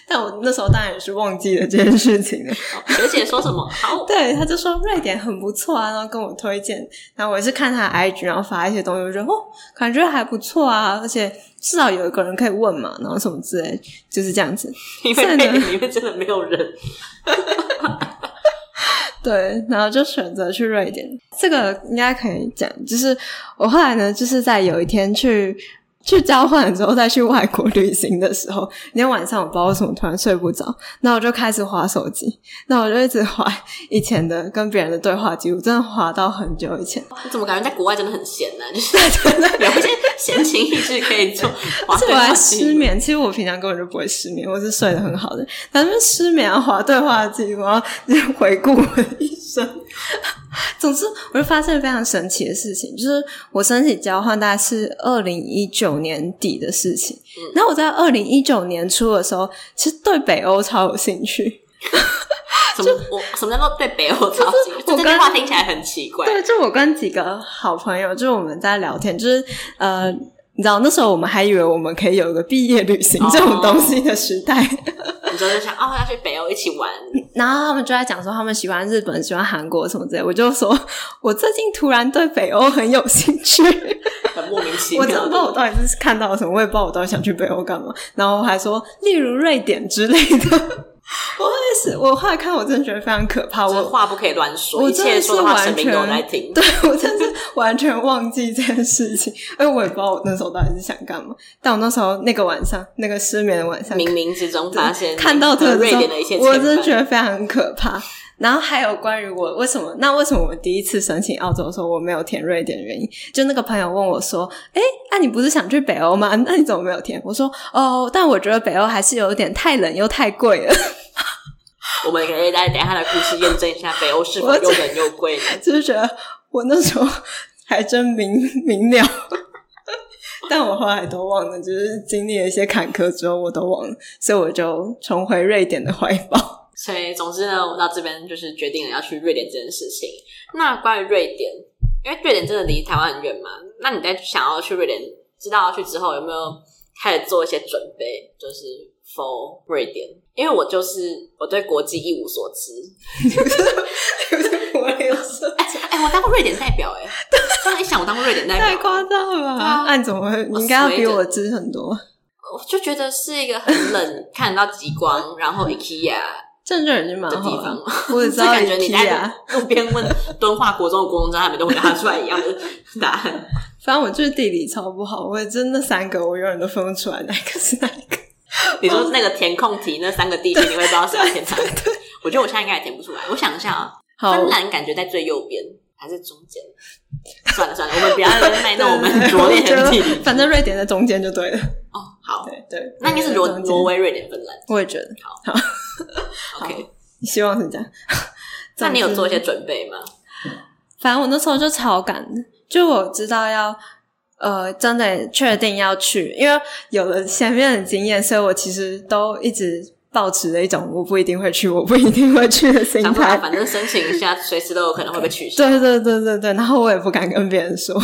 Speaker 1: 但我那时候当然也是忘记了这件事情了。
Speaker 2: 哦学姐说什么好，
Speaker 1: 对，他就说瑞典很不错啊，然后跟我推荐。然后我也是看他的 IG，然后发一些东西，我就觉得哦，感觉还不错啊，而且至少有一个人可以问嘛，然后什么之类，就是这样子。
Speaker 2: 因为
Speaker 1: 是
Speaker 2: 瑞
Speaker 1: 呢
Speaker 2: 典里面真的没有人，
Speaker 1: 对，然后就选择去瑞典。这个应该可以讲，就是我后来呢，就是在有一天去。去交换的时候，再去外国旅行的时候，今天晚上我不知道为什么突然睡不着，那我就开始划手机，那我就一直划以前的跟别人的对话记录，真的划到很久以前。
Speaker 2: 你怎么感觉在国外真的很闲呢、就是有一些闲情逸致可以做，
Speaker 1: 而且我还
Speaker 2: 还
Speaker 1: 失。眠，其实我平常根本就不会失眠，我是睡得很好的。但是失眠啊，划对话记录，然后就是回顾我的一生。总之，我就发现非常神奇的事情，就是我申请交换大概是二零一九年底的事情。那、我在二零一九年初的时候，其实对北欧超有兴趣。
Speaker 2: 什么我什么叫做对北欧超级？
Speaker 1: 我
Speaker 2: 这句
Speaker 1: 刚
Speaker 2: 话听起来很奇怪。
Speaker 1: 对，就我跟几个好朋友，就是我们在聊天，就是呃，你知道那时候我们还以为我们可以有一个毕业旅行这种东西的时代。
Speaker 2: 你就在想哦，要去北欧一起玩，
Speaker 1: 然后他们就在讲说他们喜欢日本、喜欢韩国什么之类，我就说 我最近突然对北欧很有兴 趣，
Speaker 2: 很莫名其
Speaker 1: 我真
Speaker 2: 妙
Speaker 1: 的不知道我
Speaker 2: 的。
Speaker 1: 到底是看到了什么，我也不知道我到底想去北欧干嘛。然后我还说，例如瑞典之类的。 我后来是，我后来看我真的觉得非常可怕，
Speaker 2: 就是
Speaker 1: 我
Speaker 2: 话不可以乱说，
Speaker 1: 我
Speaker 2: 一
Speaker 1: 真的
Speaker 2: 切
Speaker 1: 是
Speaker 2: 说的话神
Speaker 1: 完
Speaker 2: 明都有在
Speaker 1: 全
Speaker 2: 听。
Speaker 1: 对我真是完全忘记这件事情，因为我也不知道我那时候到底是想干嘛。但我那时候那个晚上，那个失眠的晚上，
Speaker 2: 冥冥之中发现
Speaker 1: 看到这
Speaker 2: 和
Speaker 1: 个
Speaker 2: 瑞
Speaker 1: 之后
Speaker 2: 典的一些牵绊，
Speaker 1: 我真的觉得非常可怕。然后还有关于我为什么，那为什么我第一次申请澳洲的时候我没有填瑞典的原因，就那个朋友问我说：“哎，那、你不是想去北欧吗？ 那你怎么没有填？”我说：“哦，但我觉得北欧还是有点太冷又太贵了，
Speaker 2: 我们可以再等一下他的故事验证一下北欧是否
Speaker 1: 我
Speaker 2: 又冷又贵呢？
Speaker 1: 就是觉得我那时候还真明明了。” 但我后来都忘了，就是经历了一些坎坷之后，我都忘了，所以我就重回瑞典的怀抱。
Speaker 2: 所以，总之呢，我到这边就是决定了要去瑞典这件事情。那关于瑞典，因为瑞典真的离台湾很远嘛，那你在想要去瑞典，知道要去之后，有没有开始做一些准备，就是 for 瑞典？因为我就是我对国际一无所知，
Speaker 1: 我也是。
Speaker 2: 哎、我当过瑞典代表 哎、这样一想，我当过瑞典代
Speaker 1: 太
Speaker 2: 表，
Speaker 1: 夸张了
Speaker 2: 对啊
Speaker 1: 吧？那你怎么会？
Speaker 2: 我
Speaker 1: 你应该要比
Speaker 2: 随着
Speaker 1: 我知很多。
Speaker 2: 我就觉得是一个很冷，看得到极光，然后 IKEA
Speaker 1: 郑州人就蛮
Speaker 2: 的
Speaker 1: 好
Speaker 2: 地方
Speaker 1: 的，。 我只知
Speaker 2: 就
Speaker 1: 道啊
Speaker 2: 感觉你
Speaker 1: IKEA
Speaker 2: 在路边问敦化国中的国中生，他们都会答出来一样的答案。
Speaker 1: 反正我就是地理超不好，我真的三个我永远都分不出来哪个是哪一个。
Speaker 2: 比如说那个填空题，那三个地区你会不知道是要填哪里？ 我觉得我现在应该也填不出来。我想一下啊，
Speaker 1: 好，
Speaker 2: 芬兰感觉在最右边还是中间？算了算了，我们不 要再卖弄我们
Speaker 1: 对
Speaker 2: 拙劣的
Speaker 1: 我
Speaker 2: 地
Speaker 1: 觉
Speaker 2: 理
Speaker 1: 得反正瑞典在中间就对了。
Speaker 2: 哦。好，
Speaker 1: 对对，
Speaker 2: 那应该是挪
Speaker 1: 中间
Speaker 2: 挪，威、瑞典、芬兰。哦
Speaker 1: 我也觉得，
Speaker 2: OK，
Speaker 1: 希望是这样。
Speaker 2: 那你有
Speaker 1: 总之
Speaker 2: 做一些准备吗？
Speaker 1: 反正我那时候就超赶的，就我知道要呃真的确定要去，因为有了前面的经验，所以我其实都一直保持着一种我不一定会去，我不一定会去的心
Speaker 2: 想说啊
Speaker 1: 态。
Speaker 2: 反正申请一下，随时都有可能会被取消。
Speaker 1: 对对对对对，然后我也不敢跟别人说，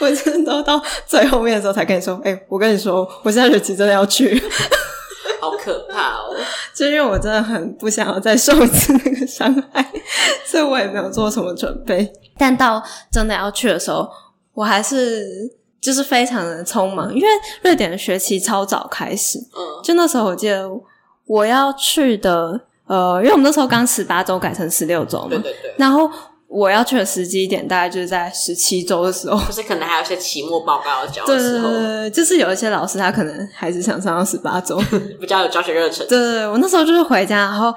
Speaker 1: 我真的都到最后面的时候才跟你说，哎、我跟你说，我下学期真的要去，
Speaker 2: 好可怕哦！
Speaker 1: 就因为我真的很不想要再受一次那个伤害， 所以我也没有做什么准备。但到真的要去的时候，我还是就是非常的匆忙，因为瑞典的学期超早开始，
Speaker 2: 嗯，
Speaker 1: 就那时候我记得我要去的，呃，因为我们那时候刚十八周改成十六周
Speaker 2: 对
Speaker 1: 嘛，
Speaker 2: 对对，
Speaker 1: 然后我要去的时机点大概就是在十七周的时候。
Speaker 2: 就是可能还有一些期末报告要交
Speaker 1: 对
Speaker 2: 的
Speaker 1: 对对
Speaker 2: 时候，
Speaker 1: 对，就是有一些老师他可能还是想上到十八周，
Speaker 2: 比较有教学热忱。
Speaker 1: 对对对，我那时候就是回家，然后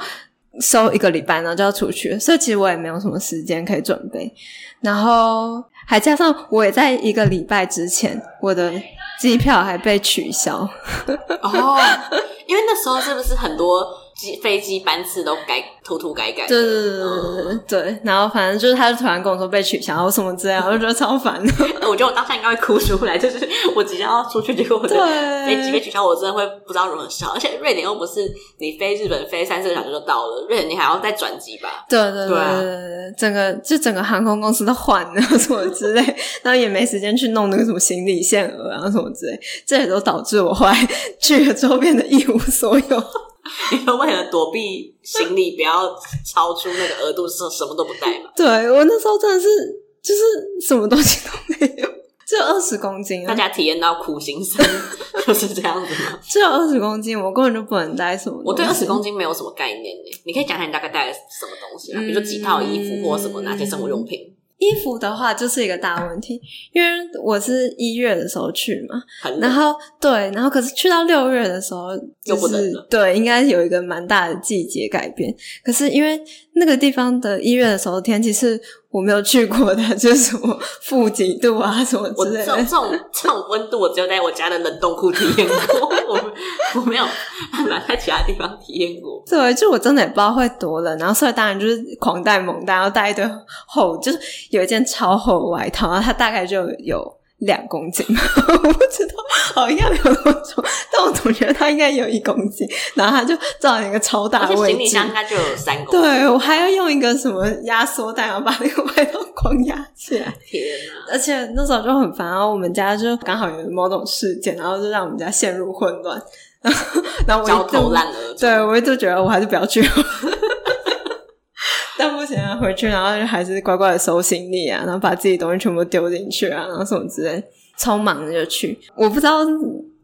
Speaker 1: 收一个礼拜，然后就要出去，所以其实我也没有什么时间可以准备，然后还加上我也在一个礼拜之前，我的机票还被取消，
Speaker 2: 哦，因为那时候是不是很多机飞机班次都改涂涂改改？
Speaker 1: 对对对对对对对，然后反正就是他就突然跟我说被取消，什么之类的，我就觉得超烦的，
Speaker 2: 我觉得我当下应该会哭出来，就是我即将要出去，结果我的
Speaker 1: 对
Speaker 2: 飞机被取消，我真的会不知道如何是好。而且瑞典又不是你飞日本飞三四个小时就到了，瑞典你还要再转机吧？
Speaker 1: 对对对
Speaker 2: 对啊
Speaker 1: 对对，整个就整个航空公司都换了什么之类，然后也没时间去弄那个什么行李限额啊什么之类，这也都导致我后来去了之后变得一无所有。
Speaker 2: 你们为了躲避行李，不要超出那个额度，是什么都不带嘛？
Speaker 1: 对我那时候真的是就是什么东西都没有，只有二十公斤、
Speaker 2: 大
Speaker 1: 啊，
Speaker 2: 家体验到苦行僧 就是这样子吗？
Speaker 1: 只有二十公斤，我根本就不能带什么东西。
Speaker 2: 我对二十公斤没有什么
Speaker 1: 嗯
Speaker 2: 概念呢，你可以讲一下你大概带了什么东西吗？比如说几套衣服或什么哪些生活用品？
Speaker 1: 衣服的话就是一个大问题，因为我是一月的时候去嘛，
Speaker 2: 很
Speaker 1: 然
Speaker 2: 冷。
Speaker 1: 后对，然后可是去到六月的时候、就
Speaker 2: 又不
Speaker 1: 是，
Speaker 2: 冷了
Speaker 1: 对，应该有一个蛮大的季节改变。可是因为那个地方的一月的时候天气是我没有去过的， 就是什么负几度啊什么
Speaker 2: 我
Speaker 1: 之类
Speaker 2: 这种这
Speaker 1: 的。
Speaker 2: 种这种温度，我只有在我家的冷冻库体验过， 我我没有办法在其他地方体验过。
Speaker 1: 对，就我真的也不知道会多冷，然后所以当然就是狂带猛带，然后带一堆厚，就是有一件超厚的外套，然后它大概就有两公斤 吧，我不知道好像有多重，但我总觉得它应该有一公斤，然后它就造成一个超大
Speaker 2: 而
Speaker 1: 的
Speaker 2: 且
Speaker 1: 位置。
Speaker 2: 行李箱应该就有三公
Speaker 1: 对我还要用一个什么压缩袋，然后把那个外套狂压起来。
Speaker 2: 天啊！
Speaker 1: 而且那时候就很烦，然后我们家就刚好有某种事件，然后就让我们家陷入混乱。 然后我
Speaker 2: 焦
Speaker 1: 一
Speaker 2: 头
Speaker 1: 度，
Speaker 2: 烂额。
Speaker 1: 对我一度觉得我还是不要去了。 但不行啊，回去然后就还是乖乖的收行李啊，然后把自己东西全部丢进去啊，然后什么之类，匆忙的就去。我不知道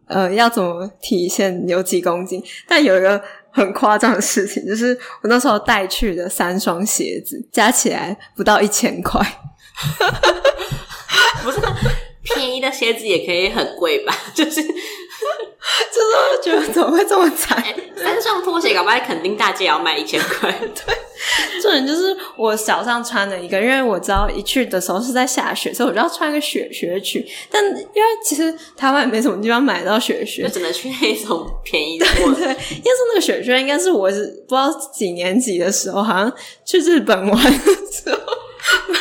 Speaker 1: 呃要怎么体现有几公斤，但有一个很夸张的事情，就是我那时候带去的三双鞋子加起来不到一千块，
Speaker 2: 不是便宜的鞋子也可以很贵吧？ 就
Speaker 1: 就
Speaker 2: 是
Speaker 1: 是我觉得怎么会这么惨？
Speaker 2: 哎三双拖鞋，搞不好在肯定大街也要卖一千块。
Speaker 1: 重点就是我脚上穿了一个，因为我知道一去的时候是在下雪，所以我就要穿个雪靴去。但因为其实台湾也没什么地方买到雪靴
Speaker 2: 就，只能去那种便宜的货。
Speaker 1: 对，应该说那个雪靴应该是我是不知道几年级的时候，好像去日本玩的时候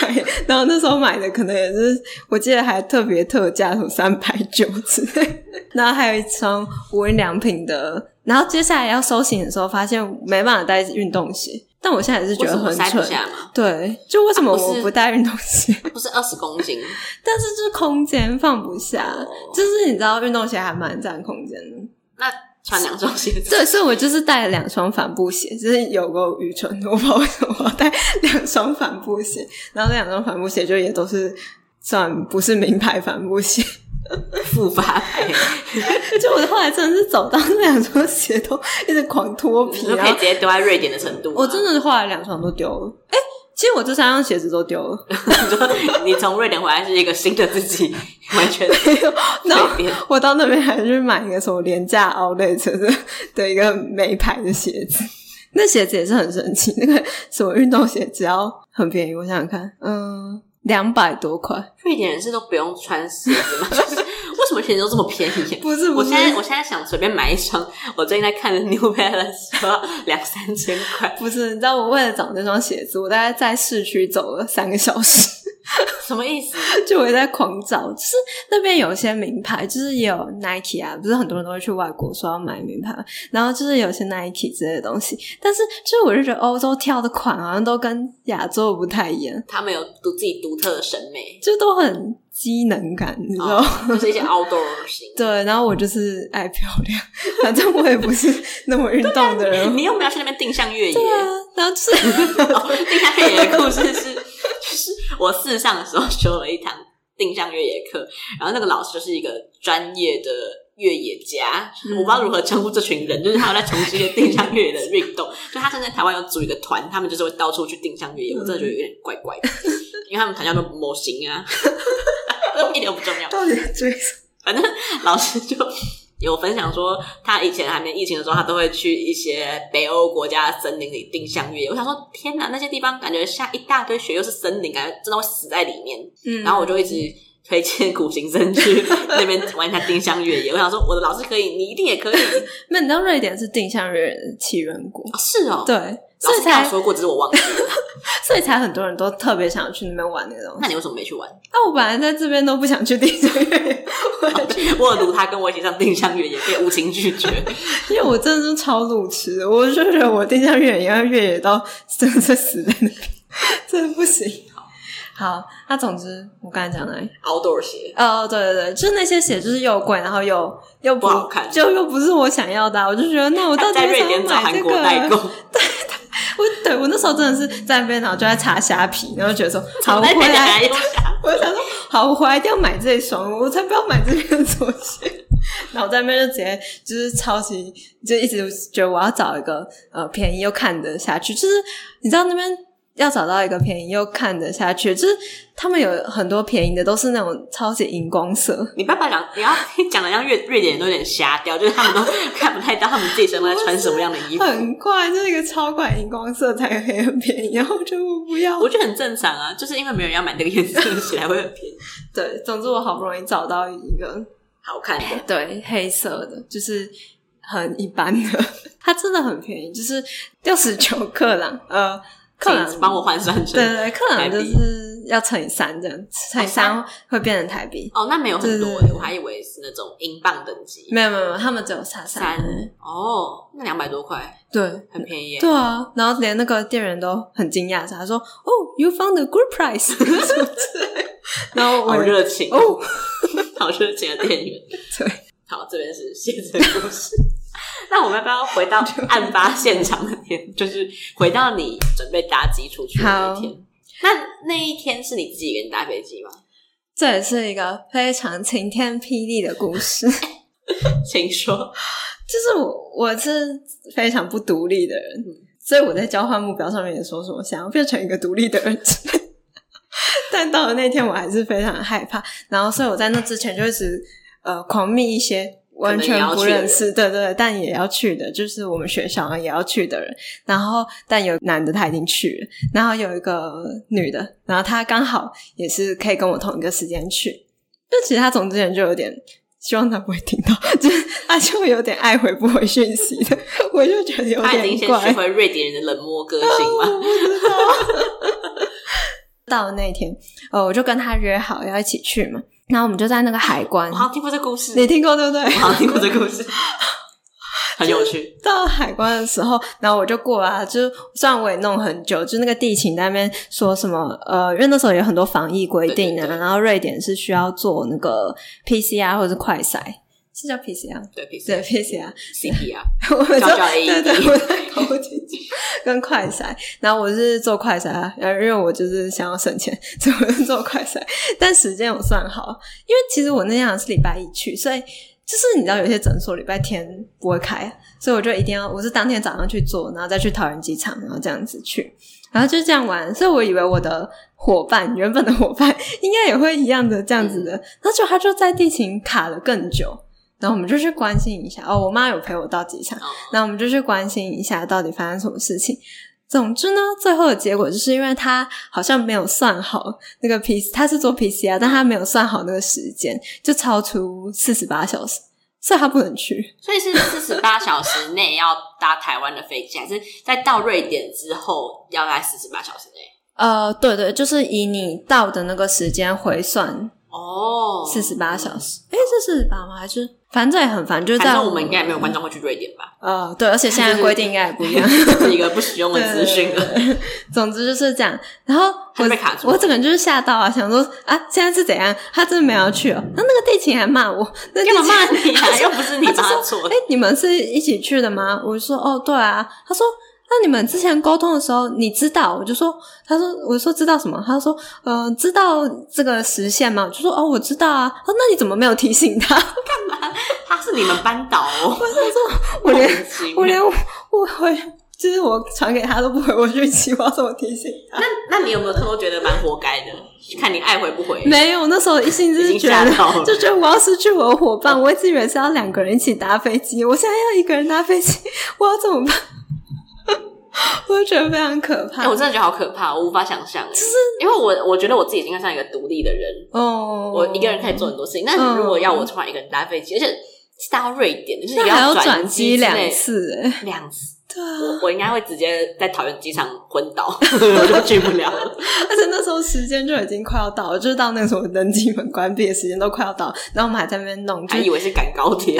Speaker 1: 买，然后那时候买的可能也是，我记得还特别特价，什么三百九之类的。然后还有一双无印良品的，然后接下来要收行的时候，发现没办法带运动鞋，但我现在也是觉
Speaker 2: 为什
Speaker 1: 得
Speaker 2: 么
Speaker 1: 很
Speaker 2: 塞不
Speaker 1: 蠢。
Speaker 2: 下嘛？
Speaker 1: 对，就为什么
Speaker 2: 啊不
Speaker 1: 我
Speaker 2: 是
Speaker 1: 不带运动鞋？
Speaker 2: 不是二十公斤，
Speaker 1: 但是就是空间放不下，就是你知道运动鞋还蛮占空间的。
Speaker 2: 那穿两双鞋子，
Speaker 1: 对，所以我就是带了两双帆布鞋，就是有够愚蠢，我不知道为什么我要带两双帆布鞋，然后那两双帆布鞋就也都是算不是名牌帆布鞋，
Speaker 2: 复发牌，
Speaker 1: 就我后来真的是走到那两双鞋都一直狂脱
Speaker 2: 你
Speaker 1: 皮，
Speaker 2: 就
Speaker 1: 然
Speaker 2: 可以
Speaker 1: 后
Speaker 2: 直接丢在瑞典的程度吗。啊
Speaker 1: 我真的是后来两双都丢了，哎、其实我这三双鞋子都丢了，
Speaker 2: 你说 你从瑞典回来是一个新的自己，完全
Speaker 1: 然后
Speaker 2: 蜕变。
Speaker 1: 我到那边还去买一个什么廉价 Outlet 的的一个美牌的鞋子，那鞋子也是很神奇，那个什么运动鞋只要很便宜，我想想看，嗯，两百多块，
Speaker 2: 瑞典人是都不用穿鞋子吗？ 就是为什么鞋子都这么便宜、
Speaker 1: 不是不
Speaker 2: 我
Speaker 1: 是
Speaker 2: 现，在我现在想随便买一双，我最近在看的 New Balance 说两三千块，
Speaker 1: 不是，你知道我为了找那双鞋子，我大概在市区走了三个小时。
Speaker 2: 什么意思？
Speaker 1: 就我也在狂找，就是那边有些名牌，就是也有 Nike 啊，不是很多人都会去外国说要买名牌嘛，然后就是有些 Nike 之类的东西，但是就是我就觉得欧洲挑的款好像都跟亚洲不太一样，
Speaker 2: 他们有独自己独特的审美，
Speaker 1: 就都很机能感，你知道吗？
Speaker 2: 哦就是一些 outdoor 型。
Speaker 1: 对，然后我就是爱漂亮， 反正我也不是那么运动的人。
Speaker 2: 你又没有去那边定向越野，
Speaker 1: 啊对啊，然后就是
Speaker 2: 哦 定向越野的故事是，就是我四上的时候修了一堂定向越野课，然后那个老师就是一个专业的越野家，
Speaker 1: 嗯
Speaker 2: 我不知道如何称呼这群人，就是他有在从事一些定向越野的运动，就他现在台湾有组一个团，他们就是会到处去定向越野，我真的觉得有点怪怪的，因为他们团叫做模型啊， 一点都不重要，
Speaker 1: 到底在追什么？
Speaker 2: 反正老师就有分享说，他以前还没疫情的时候，他都会去一些北欧国家的森林里定向越野。我想说，天哪，那些地方感觉下一大堆雪，又是森林，感觉真的会死在里面。
Speaker 1: 嗯
Speaker 2: 然后我就一直推荐苦行僧去那边玩一下定向越野。我想说，我的老师可以，你一定也可以。哦
Speaker 1: 那你知道瑞典是定向越野的起源国，
Speaker 2: 是哦，
Speaker 1: 对，
Speaker 2: 老
Speaker 1: 所以
Speaker 2: 师跟
Speaker 1: 才
Speaker 2: 我说过，只是我忘记了。
Speaker 1: 所以才很多人都特别想要去那边玩那个东西。
Speaker 2: 那你为什么没去 玩？
Speaker 1: 但我本来在这边都不想去定向越野， 我也
Speaker 2: 我有读他跟我一起上定向越野，被无情拒 绝。
Speaker 1: 因为我真的是超路痴的，我就觉得我定向越野要越野到真的是死在那边，真的不行。好，那总之我刚才讲的，
Speaker 2: outdoor 鞋，
Speaker 1: 哦，对对对，就是那些鞋就是又贵，然后又又不
Speaker 2: 不好看
Speaker 1: 就又不是我想要的啊、我就觉得那我到底
Speaker 2: 在
Speaker 1: 为
Speaker 2: 瑞
Speaker 1: 什
Speaker 2: 典
Speaker 1: 么
Speaker 2: 找
Speaker 1: 要买
Speaker 2: 韩
Speaker 1: 这
Speaker 2: 国
Speaker 1: 个
Speaker 2: 代
Speaker 1: 啊？
Speaker 2: 购。
Speaker 1: 我对我那时候真的是在那边，然后就在查虾皮，然后觉得 说，好，我
Speaker 2: 那
Speaker 1: 回
Speaker 2: 边
Speaker 1: 来
Speaker 2: 还有啥？
Speaker 1: 我想说，好，我回来一定要买这一双，我才不要买这边的拖鞋。 然后我在那边就直接就是超级，就一直觉得我要找一个呃便宜又看得下去，就是你知道那边。要找到一个便宜又看得下去，就是他们有很多便宜的都是那种超级荧光色，
Speaker 2: 你爸爸讲，你要讲的让瑞瑞典人都有点瞎掉，就是他们都看不太到他们自己身上在穿什么样的衣服。
Speaker 1: 很怪，就是一个超怪荧光色才可以很便宜，然后我就我不要。
Speaker 2: 我觉得很正常啊，就是因为没有人要买那个颜色，起来会很便宜，
Speaker 1: 对，总之我好不容易找到一个
Speaker 2: 好看的。
Speaker 1: 对黑色的，就是很一般的， 它真的很便宜，就是六十九克朗，呃，克朗
Speaker 2: 请帮我换算成
Speaker 1: 对对对，克朗
Speaker 2: 台
Speaker 1: 就
Speaker 2: 币
Speaker 1: 是要乘以三这样，乘以三会变成台币。
Speaker 2: 哦，那没有很多
Speaker 1: 对对
Speaker 2: 欸，
Speaker 1: 对
Speaker 2: 我还以为是那种英镑等级
Speaker 1: 没有没有，没有，他们只有差三。
Speaker 2: 三哦，那两百多块
Speaker 1: 对
Speaker 2: 很便宜耶。
Speaker 1: 对啊，然后连那个店员都很惊讶，他说：“哦、y o u found a good price 什么之类的。”然后我
Speaker 2: 好热情
Speaker 1: 哦，
Speaker 2: 好热情的店员。
Speaker 1: 对，
Speaker 2: 好，这边是谢子的故事。 那我们要不要回到案发现场那天？就是回到你准备搭机出去的那一天。那那一天是你自己一个人搭飞机吗？
Speaker 1: 这也是一个非常晴天霹雳的故事。
Speaker 2: 请说。
Speaker 1: 就是我我是非常不独立的人，所以我在交换目标上面也说什么想要变成一个独立的人之类的。但到了那天，我还是非常害怕，然后所以我在那之前就一直呃狂密一些完全不认识，对对对，但也要去的，就是我们学校也要去的人。然后但有男的他已经去了，然后有一个女的，然后她刚好也是可以跟我同一个时间去。就其实他从之前就有点希望他不会听到，就是他就有点爱回不回讯息的，我就觉得有
Speaker 2: 他已经
Speaker 1: 点
Speaker 2: 先
Speaker 1: 怪。
Speaker 2: 学会瑞典人的冷漠个性吗？
Speaker 1: 到了那天，呃，我就跟他约好要一起去嘛，然后我们就在那个海关
Speaker 2: 我，好像听过这故事，
Speaker 1: 你听过对不对？
Speaker 2: 我好像听过这故事，很有趣。
Speaker 1: 到海关的时候，然后我就过啊，就是虽然我也弄很久，就那个地勤在那边说什么，呃，因为那时候有很多防疫规定啊，
Speaker 2: 对对对
Speaker 1: 然后瑞典是需要做那个 PCR 或者是快筛，是叫 PCR
Speaker 2: 对，P C
Speaker 1: 对 PCR，
Speaker 2: C P 啊，
Speaker 1: 我们就
Speaker 2: 叫叫 E
Speaker 1: 对
Speaker 2: AED
Speaker 1: 对，我在搞不清楚跟快筛，然后我是做快筛啊，然后因为我就是想要省钱，所以我就做快筛，但时间我算好，因为其实我那天好像是礼拜一去，所以就是你知道有些诊所礼拜天不会开，所以我就一定要我是当天早上去做，然后再去桃园机场，然后这样子去。然后就这样玩，所以我以为我的伙伴原本的伙伴应该也会一样的这样子的， 然后就他就在地勤卡了更久，然后我们就去关心一下。哦，我妈有陪我到机场，
Speaker 2: 哦
Speaker 1: 那我们就去关心一下到底发生什么事情。总之呢，最后的结果就是因为他好像没有算好那个 P，他是做 PCR，但他没有算好那个时间，就超出四十八小时，所以他不能去。
Speaker 2: 所以是四十八小时内要搭台湾的飞机，还是在到瑞典之后要在四十八小时内？
Speaker 1: 呃，对对，就是以你到的那个时间回算
Speaker 2: 哦，
Speaker 1: 四十八小。时，哦诶，是四十八吗？还是反正也很烦，就是
Speaker 2: 反
Speaker 1: 在
Speaker 2: 正我们应该也没有观众会去瑞典吧？
Speaker 1: 呃，对，而且现在规定应该也不一 样。
Speaker 2: 这是一个不实用的资讯了。
Speaker 1: 对。总之就是这样。然后
Speaker 2: 他
Speaker 1: 我
Speaker 2: 就被卡住了
Speaker 1: 我整个人就是吓到啊，想说啊，现在是怎样？他真的没有要去哦。那那个地勤还骂我，那地
Speaker 2: 干嘛
Speaker 1: 勤
Speaker 2: 骂 你
Speaker 1: 他
Speaker 2: 啊？
Speaker 1: 说
Speaker 2: 又不是你
Speaker 1: 他
Speaker 2: 把
Speaker 1: 就
Speaker 2: 他
Speaker 1: 说
Speaker 2: 错
Speaker 1: 哎、你们是一起去的吗？我就说哦，对啊。他说那你们之前沟通的时候，你知道？我就说，他说我就说知道什么？他说嗯、呃，知道这个时限吗？我就说哦，我知道啊。他说那你怎么没有提醒他？
Speaker 2: 他是你们班导哦。
Speaker 1: 我连
Speaker 2: 莫名其妙
Speaker 1: 我连我我回，就是我传给他都不回我讯息，我要怎么提醒他？
Speaker 2: 那你有没有偷偷觉得蛮活该的？看你爱回不回。
Speaker 1: 没有，那时候一心就
Speaker 2: 已
Speaker 1: 是
Speaker 2: 经
Speaker 1: 觉
Speaker 2: 吓到 了
Speaker 1: 得，就觉得我要失去我的伙伴，我一直以为是要两个人一起搭飞机，我现在要一个人搭飞机，我要怎么办？ 我就觉得非常可怕。
Speaker 2: 哎、我真的觉得好可怕，我无法想象。就是因为我我觉得我自己应该算一个独立的人，
Speaker 1: 哦，
Speaker 2: 我一个人可以做很多事情。但
Speaker 1: 嗯
Speaker 2: 是如果要我突然一个人搭飞机，而且是搭到瑞典，就是
Speaker 1: 那
Speaker 2: 你
Speaker 1: 还要
Speaker 2: 转
Speaker 1: 转机
Speaker 2: 机之类
Speaker 1: 两，次、哎，
Speaker 2: 两次。
Speaker 1: 对啊，
Speaker 2: 我我应该会直接在桃园机场昏倒， 我就去不了了。
Speaker 1: 而且那时候时间就已经快要到了，就是到那个什么登机门关闭的时间都快要到了，然后我们还在那边弄，就
Speaker 2: 还以为是赶高铁，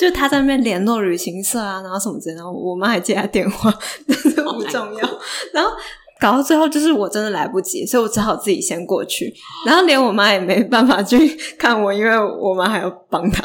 Speaker 1: 就是他在那边联络旅行社啊，然后什么之类的，然后我妈还接他电话， 但是 不重要。然后搞到最后，就是我真的来不及，所以我只好自己先过去，然后连我妈也没办法去看我，因为我妈还要帮她。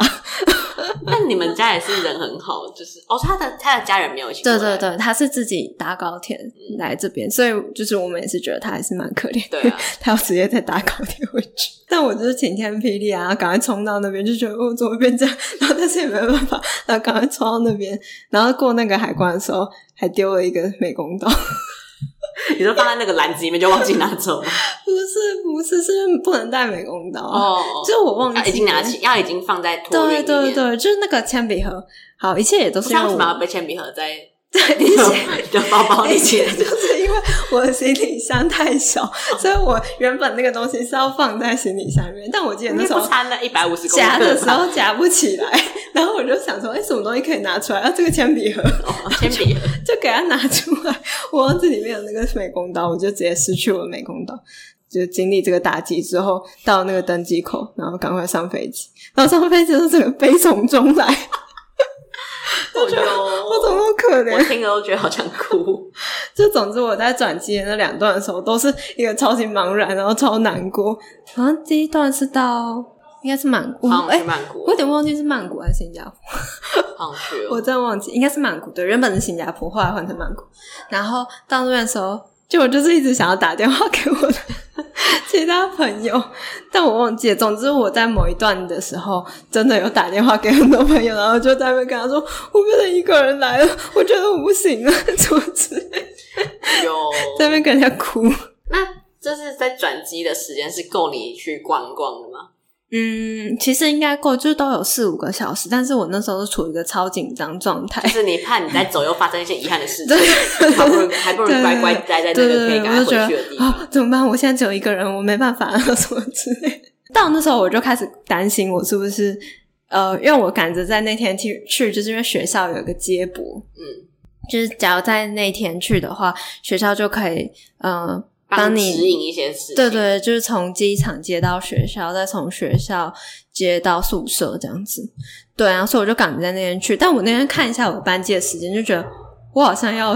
Speaker 2: 那你们家也是人很好，就是哦，他的他的家人没有一起
Speaker 1: 对
Speaker 2: 过来，
Speaker 1: 对对，她是自己搭高铁来这边，所以就是我们也是觉得她还是蛮可怜的。
Speaker 2: 对啊，
Speaker 1: 她要直接再搭高铁回去， 但我就是晴天霹雳啊！赶快冲到那边，就觉得哦怎么变这样， 然后但是也没办法，然后赶快冲到那边，然后过那个海关的时候还丢了一个美工刀。
Speaker 2: 你就放在那个篮子里面就忘记拿走 了。
Speaker 1: 不是不是，是不能带美工刀。
Speaker 2: 哦
Speaker 1: 就我忘记
Speaker 2: 要已经拿起，要已经放在托运
Speaker 1: 对
Speaker 2: 里面。
Speaker 1: 对对，就是那个铅笔盒。好，一切也都
Speaker 2: 不
Speaker 1: 是因
Speaker 2: 知道
Speaker 1: 为
Speaker 2: 为什么要
Speaker 1: 我
Speaker 2: 被铅笔盒在
Speaker 1: 对一
Speaker 2: 你
Speaker 1: 切。
Speaker 2: 的包包 里
Speaker 1: 以前
Speaker 2: 面？
Speaker 1: 就是因为我的行李箱太
Speaker 2: 哦
Speaker 1: 小，所以我原本那个东西是要放在行李箱里面，但我记得那
Speaker 2: 你
Speaker 1: 时
Speaker 2: 不
Speaker 1: 候
Speaker 2: 差那一百五十公
Speaker 1: 夹的
Speaker 2: 克
Speaker 1: 时
Speaker 2: 吧？
Speaker 1: 候夹不起来，然后我就想说，哎、什么东西可以拿出来？啊，这个铅笔盒，
Speaker 2: 哦铅笔盒
Speaker 1: 就给它拿出来。我忘记里面有那个美工刀，我就直接失去我的美工刀。就经历这个打击之后，到那个登机口，然后赶快上飞机，然后上飞机就整个悲从中来，
Speaker 2: 我 就
Speaker 1: 我怎么那么可
Speaker 2: 哦我
Speaker 1: 怜？啊
Speaker 2: 听了都觉得好想哭。
Speaker 1: 就总之我在转机的那两段的时候，都是一个超级茫然，然后超难过。然后第一段是到应该是曼谷，
Speaker 2: 好
Speaker 1: 哎、
Speaker 2: 想去曼谷
Speaker 1: 我有，点忘记是曼谷还是新加坡。
Speaker 2: 好想去哦。
Speaker 1: 我真的忘记，应该是曼谷对，原本是新加坡，后来换成曼谷。然后到那边的时候，就我就是一直想要打电话给我的其他朋友，但我忘记了。总之我在某一段的时候，真的有打电话给很多朋友，然后就在那边跟他说，我变成一个人来了，我觉得我不行了，怎么之类的，
Speaker 2: 有
Speaker 1: 在那边跟人家哭。
Speaker 2: 那这是在转机的时间是够你去逛逛的吗？
Speaker 1: 嗯，其实应该够，就是都有四五个小时，但是我那时候是处于一个超紧张状态
Speaker 2: 就。是你怕你在走又发生一些遗憾的事情
Speaker 1: 对，
Speaker 2: 好不容易还不如乖乖待在那
Speaker 1: 对
Speaker 2: 个可
Speaker 1: 对
Speaker 2: 以
Speaker 1: 对，
Speaker 2: 赶
Speaker 1: 我
Speaker 2: 快
Speaker 1: 就觉
Speaker 2: 回
Speaker 1: 得
Speaker 2: 去的地
Speaker 1: 啊、
Speaker 2: 方。
Speaker 1: 怎么办？我现在只有一个人，我没办法啊 什么之类的。到那时候我就开始担心，我是不是呃，因为我赶着在那天去去，就是因为学校有一个接驳，
Speaker 2: 嗯，
Speaker 1: 就是假如在那天去的话，学校就可以呃
Speaker 2: 帮
Speaker 1: 帮
Speaker 2: 你指
Speaker 1: 你。
Speaker 2: 引一些事情。
Speaker 1: 对对，就是从机场接到学校，再从学校接到宿舍这样子。对啊，所以我就赶着在那天去。但我那天看一下我班机的时间，就觉得我好像要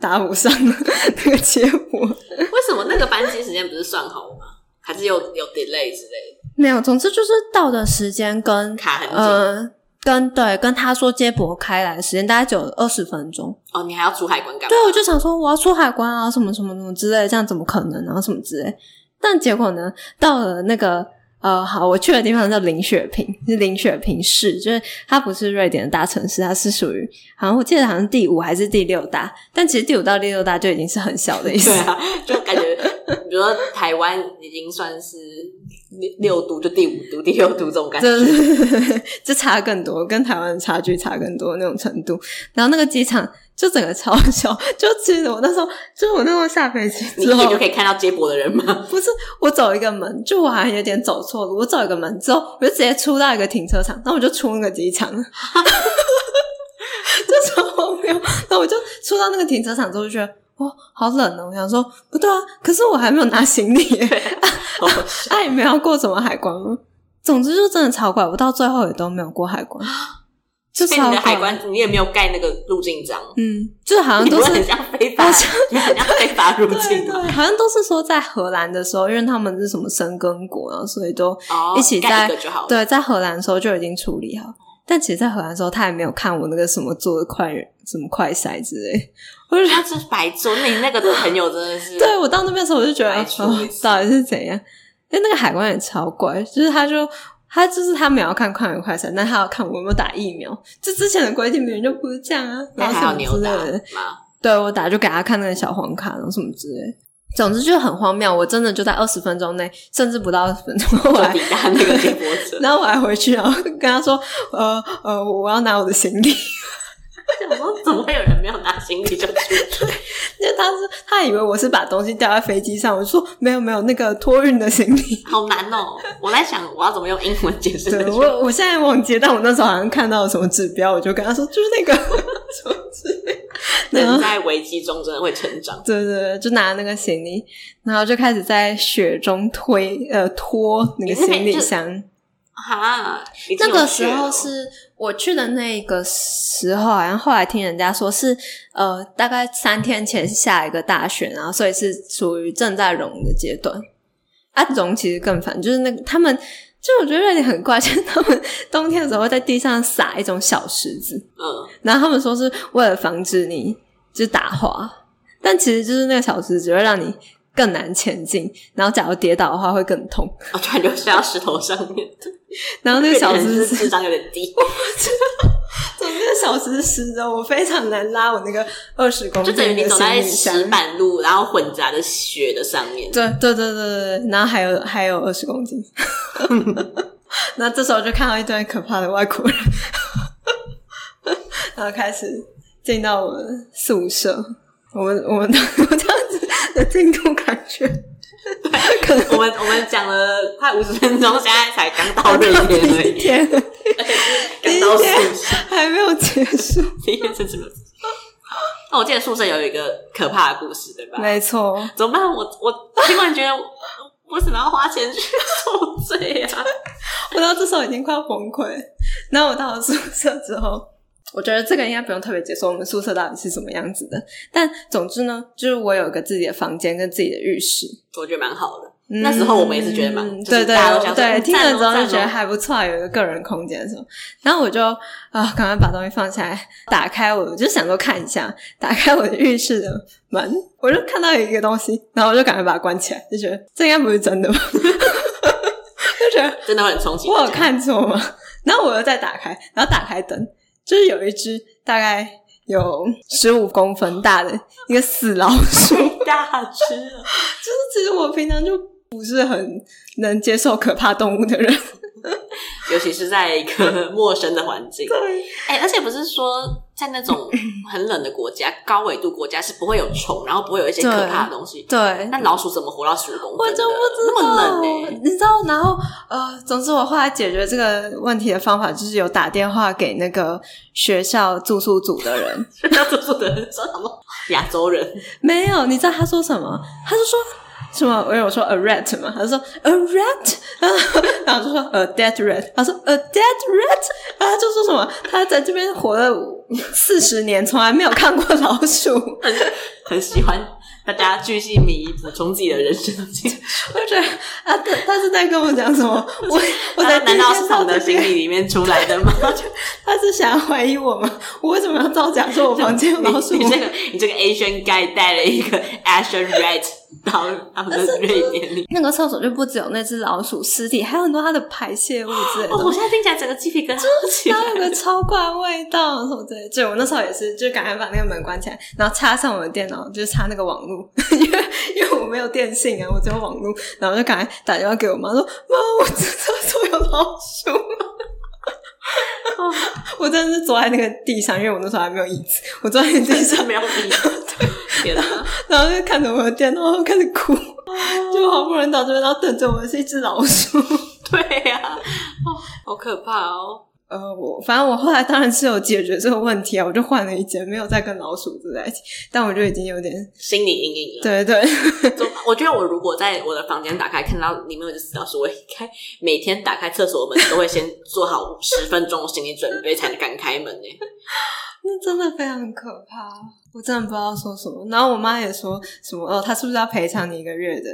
Speaker 1: 搭不上那个接驳。
Speaker 2: 为什么那个班机时间不是算好吗？还是有有 delay 之类的？
Speaker 1: 没有，总之就是到的时间跟
Speaker 2: 卡很紧
Speaker 1: 呃跟对跟他说接驳开来的时间大概只有二十分钟。
Speaker 2: 哦，你还要出海关干嘛
Speaker 1: 对？，我就想说我要出海关啊，什么什么什么之类的，这样怎么可能啊，什么之类。但结果呢，到了那个呃，好，我去的地方叫林雪平，是林雪平市，就是它不是瑞典的大城市，它是属于好像我记得好像第五还是第六大，但其实第五到第六大就已经是很小的意思
Speaker 2: 对。 啊，就感觉，比如说台湾已经算是六六度，就第五度、第六度这种感觉。
Speaker 1: 这这差更多，跟台湾的差距差更多那种程度。然后那个机场就整个超小，就其实我那时候，就是我那时候下飞机
Speaker 2: 你
Speaker 1: 之
Speaker 2: 一眼
Speaker 1: 后
Speaker 2: 就，可以看到接驳的人 吗？
Speaker 1: 不是我走一个门，就我好像有点走错路，我走一个门之后，我就直接出到一个停车场，然后我就出那个机场了。 就超荒谬，然后我就出到那个停车场之后，就觉得哇，好冷哦！我想说，不对啊，可是我还没有拿行李耶，
Speaker 2: 哦
Speaker 1: 哎，你们要过什么海关吗？总之就真的超怪，我到最后也都没有过海关，就
Speaker 2: 所以你
Speaker 1: 超
Speaker 2: 的海
Speaker 1: 怪。
Speaker 2: 关你也没有盖那个入境章，
Speaker 1: 嗯，就好像
Speaker 2: 你不
Speaker 1: 都
Speaker 2: 是
Speaker 1: 是
Speaker 2: 很像 非法
Speaker 1: 好像，
Speaker 2: 你很像非法入
Speaker 1: 对
Speaker 2: 境
Speaker 1: 对，啊
Speaker 2: 吗？
Speaker 1: 好像都是说在荷兰的时候，因为他们是什么生根国，然后所以都
Speaker 2: 哦，
Speaker 1: 一起
Speaker 2: 盖
Speaker 1: 在
Speaker 2: 一个就好了。
Speaker 1: 对在荷兰的时候就已经处理好。但其实，在荷兰的时候，他也没有看我那个什么做的快什么快筛之类。我就觉得
Speaker 2: 那是白做，那你那个朋友真的是
Speaker 1: 对我到那边的时候，我就觉得、
Speaker 2: 白
Speaker 1: 哦
Speaker 2: 出一、次
Speaker 1: 到底是怎样？因为那个海关也超怪，就是他就他就是他没有看抗原快筛，但他要看我有没有打疫苗。这之前的规定明明就不是这样啊，然
Speaker 2: 那
Speaker 1: 后
Speaker 2: 还
Speaker 1: 什
Speaker 2: 好
Speaker 1: 么
Speaker 2: 你
Speaker 1: 之
Speaker 2: 有
Speaker 1: 类
Speaker 2: 打
Speaker 1: 的。
Speaker 2: 吗？
Speaker 1: 对我打就给他看那个小黄卡，然后什么之类的。总之就很荒谬，我真的就在二十分钟内，甚至不到二十分钟，后
Speaker 2: 就
Speaker 1: 来
Speaker 2: 抵达那个接驳车，
Speaker 1: 然后我还回去，然后跟他说，呃呃，我要拿我的行李。
Speaker 2: 我想说怎么会有人没有拿行李就出去？
Speaker 1: 因为他是他以为我是把东西掉在飞机上，我就说没有没有，那个托运的行 李。
Speaker 2: 好难哦！我在想我要怎么用英文解释这
Speaker 1: 对
Speaker 2: 句话
Speaker 1: 我我现在忘记，但我那时候好像看到有什么指标，我就跟他说就是那个什么之类的。 然
Speaker 2: 人
Speaker 1: 后
Speaker 2: 在危机中真的会成长。
Speaker 1: 对对对，就拿那个行李，然后就开始在雪中推呃拖那个行李箱。
Speaker 2: 哈，已经
Speaker 1: 那
Speaker 2: 有
Speaker 1: 个时
Speaker 2: 血哦
Speaker 1: 候
Speaker 2: 了
Speaker 1: 是我去的那个时候，好像后来听人家说是呃，大概三天前下一个大选，然后所以是属于正在融的阶段。啊，融其实更烦，就是那个他们，就我觉得瑞典很怪， 就是他们冬天的时候会在地上撒一种小石子，
Speaker 2: 嗯，
Speaker 1: 然后他们说是为了防止你就是打滑，但其实就是那个小石子会让你更难前进，然后假如跌倒的话会更痛，
Speaker 2: 我哦突然就摔 到石头上面，
Speaker 1: 然后那个小石
Speaker 2: 是
Speaker 1: 子
Speaker 2: 智商有点低。
Speaker 1: 总之，小时时钟，我非常难拉我那个二十公
Speaker 2: 就
Speaker 1: 斤
Speaker 2: 等于你
Speaker 1: 的
Speaker 2: 走
Speaker 1: 行
Speaker 2: 在
Speaker 1: 李箱
Speaker 2: 石。板路，然后混杂的雪的上面。
Speaker 1: 对对对对对对，然后还有还有二十公 斤，那这时候就看到一堆可怕的外国人， 然后开始进到我们宿舍，我们我们我这样子的进度感觉，可能
Speaker 2: 我们我们讲了快五十分钟，现在才刚到瑞典 而
Speaker 1: 第一
Speaker 2: 已，
Speaker 1: 天
Speaker 2: 而且是刚到宿舍，
Speaker 1: 还没有结束，
Speaker 2: 第一天是什么？哦，我记得宿舍有一个可怕的故事，对吧？
Speaker 1: 没错，
Speaker 2: 怎么办？我我听完觉得我为什么要花钱去受罪啊？
Speaker 1: 我到这时候已经快要崩溃。然后我到了宿舍之后，我觉得这个应该不用特别解说我们宿舍到底是什么样子的。但总之呢，就是我有一个自己的房间跟自己的浴室。
Speaker 2: 我觉得蛮好的。
Speaker 1: 嗯
Speaker 2: 那时候我们也是觉得蛮
Speaker 1: 嗯
Speaker 2: 就
Speaker 1: 对
Speaker 2: 是
Speaker 1: 对
Speaker 2: 大家都想说
Speaker 1: 对，
Speaker 2: 嗯
Speaker 1: 听了之后
Speaker 2: 赞哦
Speaker 1: 就觉
Speaker 2: 赞
Speaker 1: 得
Speaker 2: 哦
Speaker 1: 还不错，有一个个人空间什么。然后我就啊，赶快把东西放下来，打开我，我就想说看一下，打开我的浴室的门，我就看到有一个东西，然后我就赶快把它关起来，就觉得这应该不是真的吧，就觉得
Speaker 2: 真的会很冲击。
Speaker 1: 我有看错吗？ 然后我又再打开，然后打开灯，就是有一只大概有十五公分大的一个死老 鼠。
Speaker 2: 大吃 啊了，
Speaker 1: 其实我平常就不是很能接受可怕动物的 人，
Speaker 2: 尤其是在一个陌生的环境。
Speaker 1: 对，
Speaker 2: 哎、 而且不是说在那种很冷的国家、高纬度国家是不会有虫，然后不会有一些可怕的东西。
Speaker 1: 对
Speaker 2: 那老鼠怎么活到十五公分？
Speaker 1: 我就不知道，
Speaker 2: 那么冷 哎、
Speaker 1: 你知道？然后呃，总之我后来解决这个问题的方法就是有打电话给那个学校住宿组的人，
Speaker 2: 那做做的人说什么 亚洲人，
Speaker 1: 没有，你知道他说什么？他就说什么？我有说 a rat 嘛，他就说 a rat，然 后然后就说 a dead rat，他说 a dead rat，然后他就说什么？他在这边活了四十年，从来没有看过老鼠。
Speaker 2: 很喜欢大家巨细靡遗补充自己的人生经历。
Speaker 1: 我觉得啊，他他是在跟我讲什么？我 我
Speaker 2: 那
Speaker 1: 在第一
Speaker 2: 难道
Speaker 1: 天
Speaker 2: 是
Speaker 1: 到
Speaker 2: 从
Speaker 1: 这
Speaker 2: 的心
Speaker 1: 边，
Speaker 2: 理里面出来的 吗？
Speaker 1: 他是想要怀疑我吗？我为什么要造假说我房间有
Speaker 2: 你
Speaker 1: 老鼠？
Speaker 2: 你这个你这个 Asian guy 带了一个 Asian rat 到他们的瑞典里。
Speaker 1: 那个厕所就不只有那只老鼠尸体，还有很多它的排泄物之类的
Speaker 2: 哦，。我现在听起来整个鸡皮疙瘩 都起
Speaker 1: 然
Speaker 2: 来
Speaker 1: 后有
Speaker 2: 了。
Speaker 1: 个超怪味道什么之类的，就我那时候也是，就赶快把那个门关起来，然后插上我的电脑，就是插那个网络， 因为因为我没有电信啊，我只有网络，然后就赶快打电话给我妈说：“妈，我这厕所有老鼠。”我真的是坐在那个地上，因为我那时候还没有椅子，我坐在地
Speaker 2: 真
Speaker 1: 上
Speaker 2: 是，没有意思， 天哪！
Speaker 1: 然后就看着我的电脑，开始哭，就好不容易到这边，然后等着我是一只老鼠。
Speaker 2: 对呀、哦，好可怕哦！
Speaker 1: 呃，我反正我后来当然是有解决这个问题啊，我就换了一间，没有再跟老鼠住在一起，但我就已经有点
Speaker 2: 心理阴影了。
Speaker 1: 对对，
Speaker 2: 对， 我觉得我如果在我的房间打开看到里面有一只死老鼠，我应该每天打开厕所门都会先做好十分钟的心理准备才敢开门呢。
Speaker 1: 那真的非常可怕，我真的不知道说什么。然后我妈也说什么哦，她是不是要赔偿你一个月的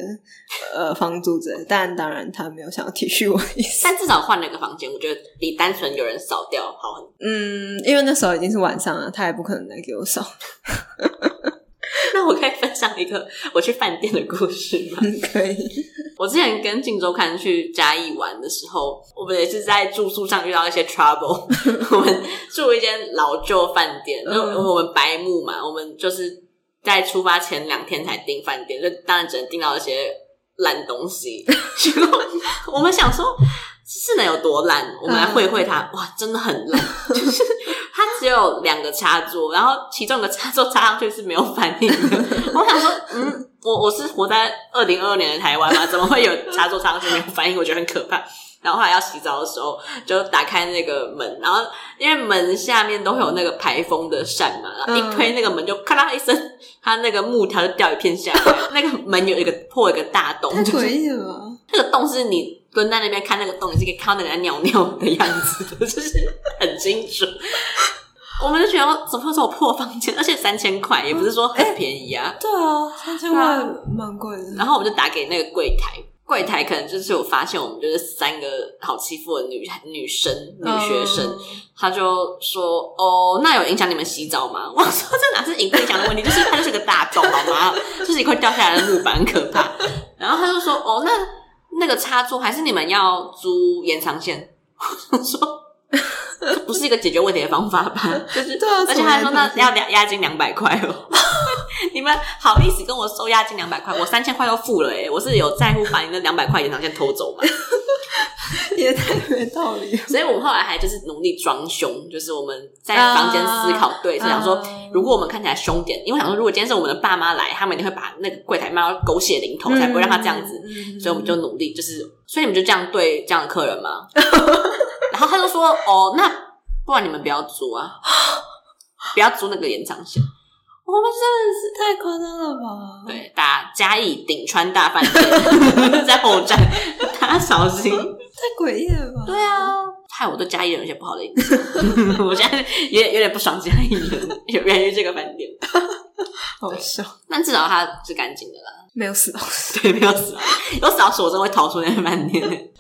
Speaker 1: 呃房租之类的？但当然她没有想要体恤我 的意思，
Speaker 2: 但至少换了一个房间，我觉得比单纯有人扫掉好很多。
Speaker 1: 嗯，因为那时候已经是晚上了，她也不可能来给我扫，
Speaker 2: 那我可以分享一个我去饭店的故事吗？
Speaker 1: 可 以，
Speaker 2: 我之前跟晋州看去嘉义玩的时候，我们也是在住宿上遇到一些 trouble。我们住一间老旧饭店，因为
Speaker 1: 嗯
Speaker 2: 我们白木嘛，我们就是在出发前两天才订饭店，就当然只能订到一些烂东西。 结果 我们想说。是能有多
Speaker 1: 嗯
Speaker 2: 烂？我们来会会它，哇，真的很 烂，就是它只有两个插座，然后其中一个插座插上去是没有反应的， 我想说，嗯，我我是活在二零二二年的台湾嘛，怎么会有插座插上去没有反应？我觉得很可怕。然后后来要洗澡的时候，就打开那个门，然后因为门下面都会有那个排风的扇嘛，
Speaker 1: 嗯
Speaker 2: 然后一推那个门就咔啦一声，它那个木条就掉一片下来，那个门有一个破一个大洞，
Speaker 1: 太
Speaker 2: 就
Speaker 1: 诡
Speaker 2: 是
Speaker 1: 异了吧？
Speaker 2: 那个洞是你蹲在那边看那个洞，你是可以看到那个人在尿尿的样子的，就是很清楚。我们就觉得怎么会有这种破房间，而且三千块也不是说很便宜啊。
Speaker 1: 对啊，三千
Speaker 2: 块
Speaker 1: 块蛮贵的，
Speaker 2: 然后我们就打给那个柜台，柜台可能就是有发现我们就是三个好欺负的女女生女学
Speaker 1: 嗯
Speaker 2: 生，她就说：“哦，那有影响你们洗澡吗？” 我说：“这哪是影不影响的问题，就是它就是个大洞，好吗？ 就是一块掉下来的木板，很可怕。”然后她就说：“哦，那 那个插座还是你们要租延长线？”我想说。不是一个解决问题的方法吧？ 就是
Speaker 1: 对啊
Speaker 2: 而且他还说
Speaker 1: 怎么来
Speaker 2: 那
Speaker 1: 通知
Speaker 2: 要两押金两百块哦， 你们好意思跟我收押金两百块？我三千块都付了哎、我是有在乎把你那两百块延长线偷走吗？
Speaker 1: 也太没道理了。
Speaker 2: 所以我们后来还就是努力装凶，就是我们在房间思考对策，
Speaker 1: 啊
Speaker 2: 想说
Speaker 1: 啊
Speaker 2: 如果我们看起来凶点，因为想说如果今天是我们的爸妈来，他们一定会把那个柜台骂到狗血淋头，才不会让他这样子。
Speaker 1: 嗯
Speaker 2: 所以我们就努力，就是所以你们就这样对这样的客人吗？ 然后他就说：“哦，那不然你们不要租啊，不要租那个延长线。”我们真
Speaker 1: 太夸张了吧？
Speaker 2: 的是对打嘉义鼎川大饭店 在后站，大家小心。
Speaker 1: 太诡异了吧？
Speaker 2: 对啊，害我对嘉义人有些不好的印象， 我现在有点有点不爽嘉义人，有源于这个饭店。
Speaker 1: 好笑，
Speaker 2: 但至少它是干净的啦，
Speaker 1: 没有死到。
Speaker 2: 对，没有死啊，有死老鼠我真的会逃出那个饭店。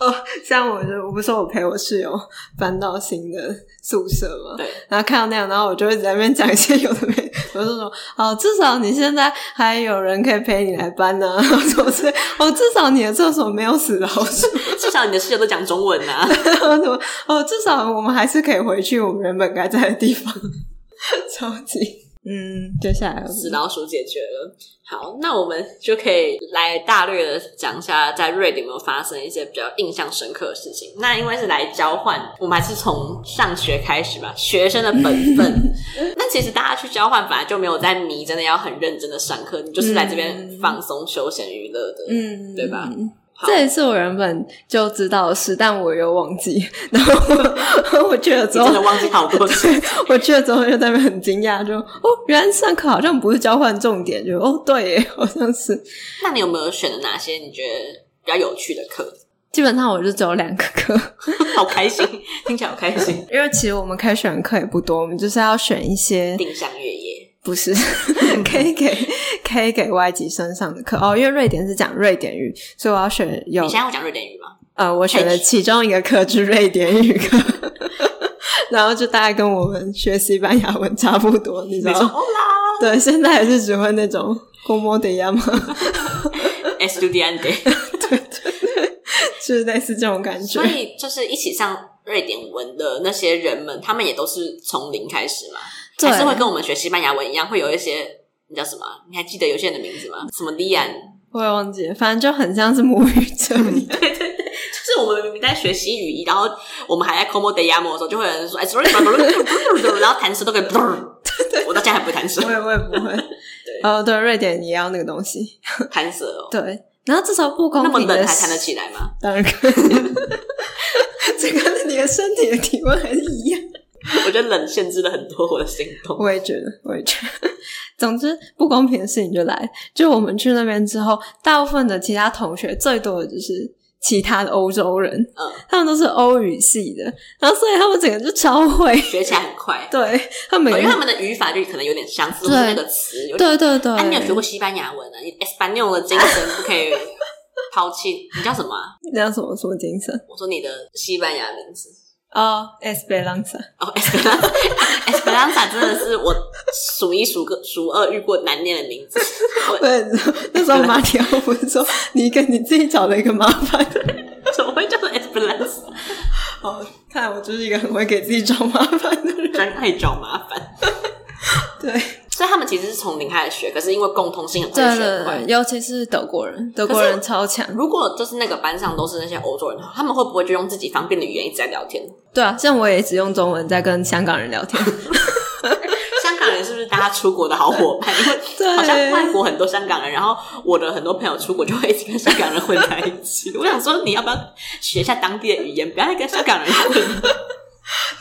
Speaker 1: 像我就我不是说我陪我室友搬到新的宿舍嘛，
Speaker 2: 对，
Speaker 1: 然后看到那样，然后我就一直在那边讲一些有的没， 我就说哦，至少你现在还有人可以陪你来搬呢、啊， 什么之类哦，至少你的厕所没有死老 鼠，
Speaker 2: 至少你的室友都讲中文啊。
Speaker 1: 然后什么哦，至少我们还是可以回去我们原本该在的地方， 超级嗯，接下来我们
Speaker 2: 死老鼠解决了。好，那我们就可以来大略的讲一下，在瑞典有没有发生一些比较印象深刻的事情。那因为是来交换，我们还是从上学开始嘛，学生的本分。 那其实大家去交换本来就没有在迷，真的要很认真的上课，你就是来这边
Speaker 1: 嗯
Speaker 2: 放松、休闲、娱乐的。
Speaker 1: 嗯，
Speaker 2: 对吧
Speaker 1: 嗯
Speaker 2: 好
Speaker 1: 这也是我原本就知道的事，但我又忘记。 然后 我我去了之
Speaker 2: 你真的
Speaker 1: 后，
Speaker 2: 忘记好多次，
Speaker 1: 我去了之后就在那边很惊讶，就哦，原来上课好像不是交换重点，就哦，对耶， 好像是。
Speaker 2: 那你有没有选了哪些你觉得比较有趣的课？
Speaker 1: 基本上我就只有两个课，
Speaker 2: 好开心，听起来好开心。
Speaker 1: 因为其实我们可以选的课也不多，我们就是要选一些
Speaker 2: 定向越野，
Speaker 1: 不 是可以给可以给外籍生上的课哦，因为瑞典是讲瑞典语，所以我要选有
Speaker 2: 你现在会讲瑞典语吗？
Speaker 1: 呃，我选了
Speaker 2: 太
Speaker 1: 其中一个课是瑞典语课， 然后就大概跟我们学西班牙文差不多，你知
Speaker 2: 没错
Speaker 1: 道？对，现在还是只会那种 “como de llama”，
Speaker 2: ，estudiante。
Speaker 1: 就是类似这种感觉
Speaker 2: 所。以就是一起上瑞典文的那些人们，他们也都是从零开始嘛，
Speaker 1: 对
Speaker 2: 还是会跟我们学西班牙文一样，会有一些你叫什么啊？你还记得有些人的名字吗？什么 Lian？
Speaker 1: 我也忘记了，反正就很像是母语者 一样。
Speaker 2: 就是我们明明在学西语，然后我们还在 como de llamo 的时候，就会有人说哎，sorry，然后弹舌都可以，我到现在还不会弹舌
Speaker 1: 我，也我也不会。哦，对，瑞典也要那个东西。
Speaker 2: 弹舌哦，
Speaker 1: 对，然后至少不
Speaker 2: 那
Speaker 1: 公
Speaker 2: 么
Speaker 1: 平
Speaker 2: 冷
Speaker 1: 的
Speaker 2: 还
Speaker 1: 是
Speaker 2: 弹得，起来吗？
Speaker 1: 当然可以。 这跟你的身体的体温还是一样。
Speaker 2: 我觉得冷限制了很多我的行动。
Speaker 1: 我也觉得，我也觉得。 总之，不公平的事情就来，就我们去那边之后，大部分的其他同学最多的就是其他的欧洲人，
Speaker 2: 嗯，
Speaker 1: 他们都是欧语系的，然后所以他们整个就超 会，
Speaker 2: 学起来很快，
Speaker 1: 对他
Speaker 2: 哦
Speaker 1: 们
Speaker 2: 因
Speaker 1: 每
Speaker 2: 为
Speaker 1: 个
Speaker 2: 他们的语法就可能有点相似，或
Speaker 1: 对
Speaker 2: 是那个词有点
Speaker 1: 对对对，
Speaker 2: 那、哎你有学过西班牙文啊？你 Espanol 的精神不可以抛弃。 你叫什么、啊？
Speaker 1: 那叫什么什么精神？
Speaker 2: 我说你的西班牙名字。
Speaker 1: 哦 e s p e r a n z a
Speaker 2: 哦，Esperanza Esperanza 真的是我数一数个数二遇过难念的名字。我
Speaker 1: 对，那时候马里奥不是说你给你自己找了一个麻烦，
Speaker 2: 怎么会叫做 Esperanza？
Speaker 1: 哦，看来我就是一个很会给自己找麻烦的人，
Speaker 2: 真爱找麻烦。
Speaker 1: 对，
Speaker 2: 所以他们其实是从零开始学，可是因为共通性很快
Speaker 1: 对
Speaker 2: 就学
Speaker 1: 对
Speaker 2: 会
Speaker 1: 对，。尤其是德国人，德
Speaker 2: 国
Speaker 1: 国
Speaker 2: 人
Speaker 1: 人超强。
Speaker 2: 如果就是那个班上都是那些欧洲人，他们会不会就用自己方便的语言一直在聊天？
Speaker 1: 对啊，像我也只用中文在跟香港人聊 天。
Speaker 2: 香港人是不是大家出国的好伙伴？ 因为
Speaker 1: 对
Speaker 2: 好像外国很多香港人，然后我的很多朋友出国就会一直跟香港人混在一起。 我想说，你要不要学一下当地的语言，不要再跟香港人混？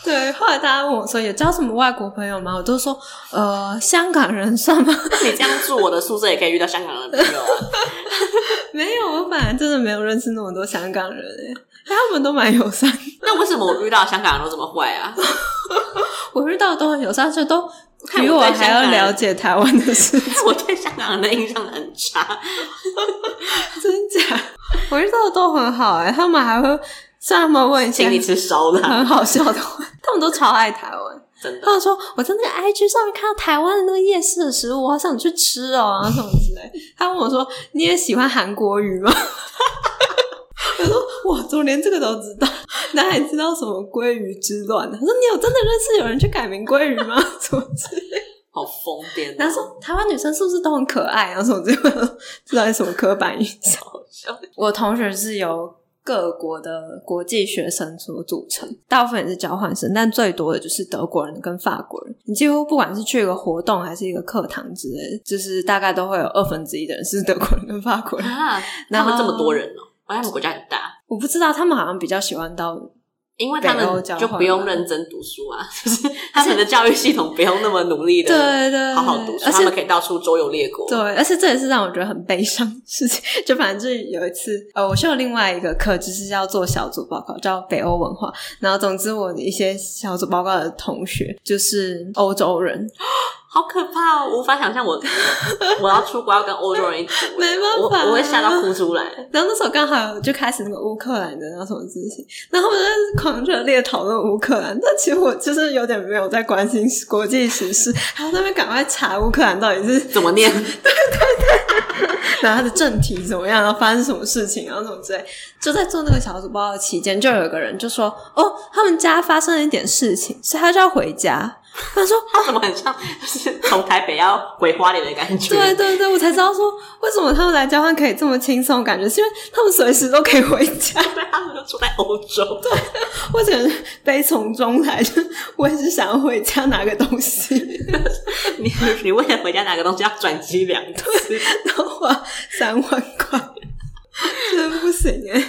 Speaker 1: 对，后来大家问我说有交什么外国朋友吗？我就说呃，香港人算吗？
Speaker 2: 你这样住我的宿舍也可以遇到香港人的朋友啊。
Speaker 1: 没有，我本来真的没有认识那么多香港人诶、他们都蛮友 善，
Speaker 2: 那为什么我遇到香港人都这么坏啊？
Speaker 1: 我遇到都很友善，就都
Speaker 2: 看
Speaker 1: 比
Speaker 2: 我
Speaker 1: 我
Speaker 2: 对
Speaker 1: 还要
Speaker 2: 香港人
Speaker 1: 了解台湾的事，
Speaker 2: 我对香港人的印象很差。
Speaker 1: 真假？我遇到的都很好诶、他们还会向他们问一些
Speaker 2: 请你吃烧腊，
Speaker 1: 很好笑的话， 他们都超爱台湾。
Speaker 2: 真的
Speaker 1: 他。们说我在那个 IG 上面看到台湾的那个夜市的食物，我好想去吃哦，然后什么之类。 他问我说 你也喜欢韩国语吗？我说哇，怎么连这个都知道？哪里知道什么鲑鱼之乱啊呢、他说：“你有真的认识有人去改名鲑鱼吗？” 什么之类的
Speaker 2: 好疯癫、哦。
Speaker 1: 然后说台湾女生是不是都很可爱啊？什么之类的， 这到底什么刻板印象？
Speaker 2: 好笑
Speaker 1: 我同学是由各国的国际学生所组成，大部分也是交换生，但最多的就是德国人跟法国人。你几乎不管是去一个活动还是一个课堂之类的，就是大概都会有二分之一的人是德国人跟法国人。
Speaker 2: 啊！他
Speaker 1: 然后
Speaker 2: 们这么多人 哦、而且他们国家很大，
Speaker 1: 我不知道他们好像比较喜欢到
Speaker 2: 因为他
Speaker 1: 北欧
Speaker 2: 们
Speaker 1: 交
Speaker 2: 就
Speaker 1: 换
Speaker 2: 不用
Speaker 1: 嘛
Speaker 2: 认真读 书啊，就是他们的教育系统不用那么努力的，
Speaker 1: 对对，
Speaker 2: 好好读
Speaker 1: 而
Speaker 2: 书，他
Speaker 1: 且
Speaker 2: 们可以到处周游列国。
Speaker 1: 对，而且这也是让我觉得很悲伤的事情。就反正就是有一次，呃，我修了另外一个课，就是要做小组报告，叫北欧文化。然后，总之我的一些小组报告的同学就是欧洲人，
Speaker 2: 好可怕哦！我无法想 象我我要出国要跟欧洲人一起，
Speaker 1: 没办法
Speaker 2: 我我会吓到哭出来。
Speaker 1: 然后那时候刚好就开始那个乌克兰的那什么事情，然后我们就狂热烈讨论乌克兰。但其实我就是有点没有在关心国际时事，然后那边赶快查乌克兰到底是
Speaker 2: 怎么 念？
Speaker 1: 然后他的正题怎么样，然后发生什么事情，然后什么之类，就在做那个小组报告期间，就有一个人就说：“哦，他们家发生了一点事情，所以他就要回家。”他说
Speaker 2: 他怎么很像就是从台北要回花莲的感：“觉？
Speaker 1: 对对对，我才知道说为什么他们来交换可以这么轻松，感觉是因为他们随时都可以回家。
Speaker 2: 对，他们都住在欧洲。
Speaker 1: 我只是悲从中来，就我也是想要回家拿个东西，
Speaker 2: 你你为了回家拿个东西要转机两次，
Speaker 1: 然后花三万块，真的不行哎、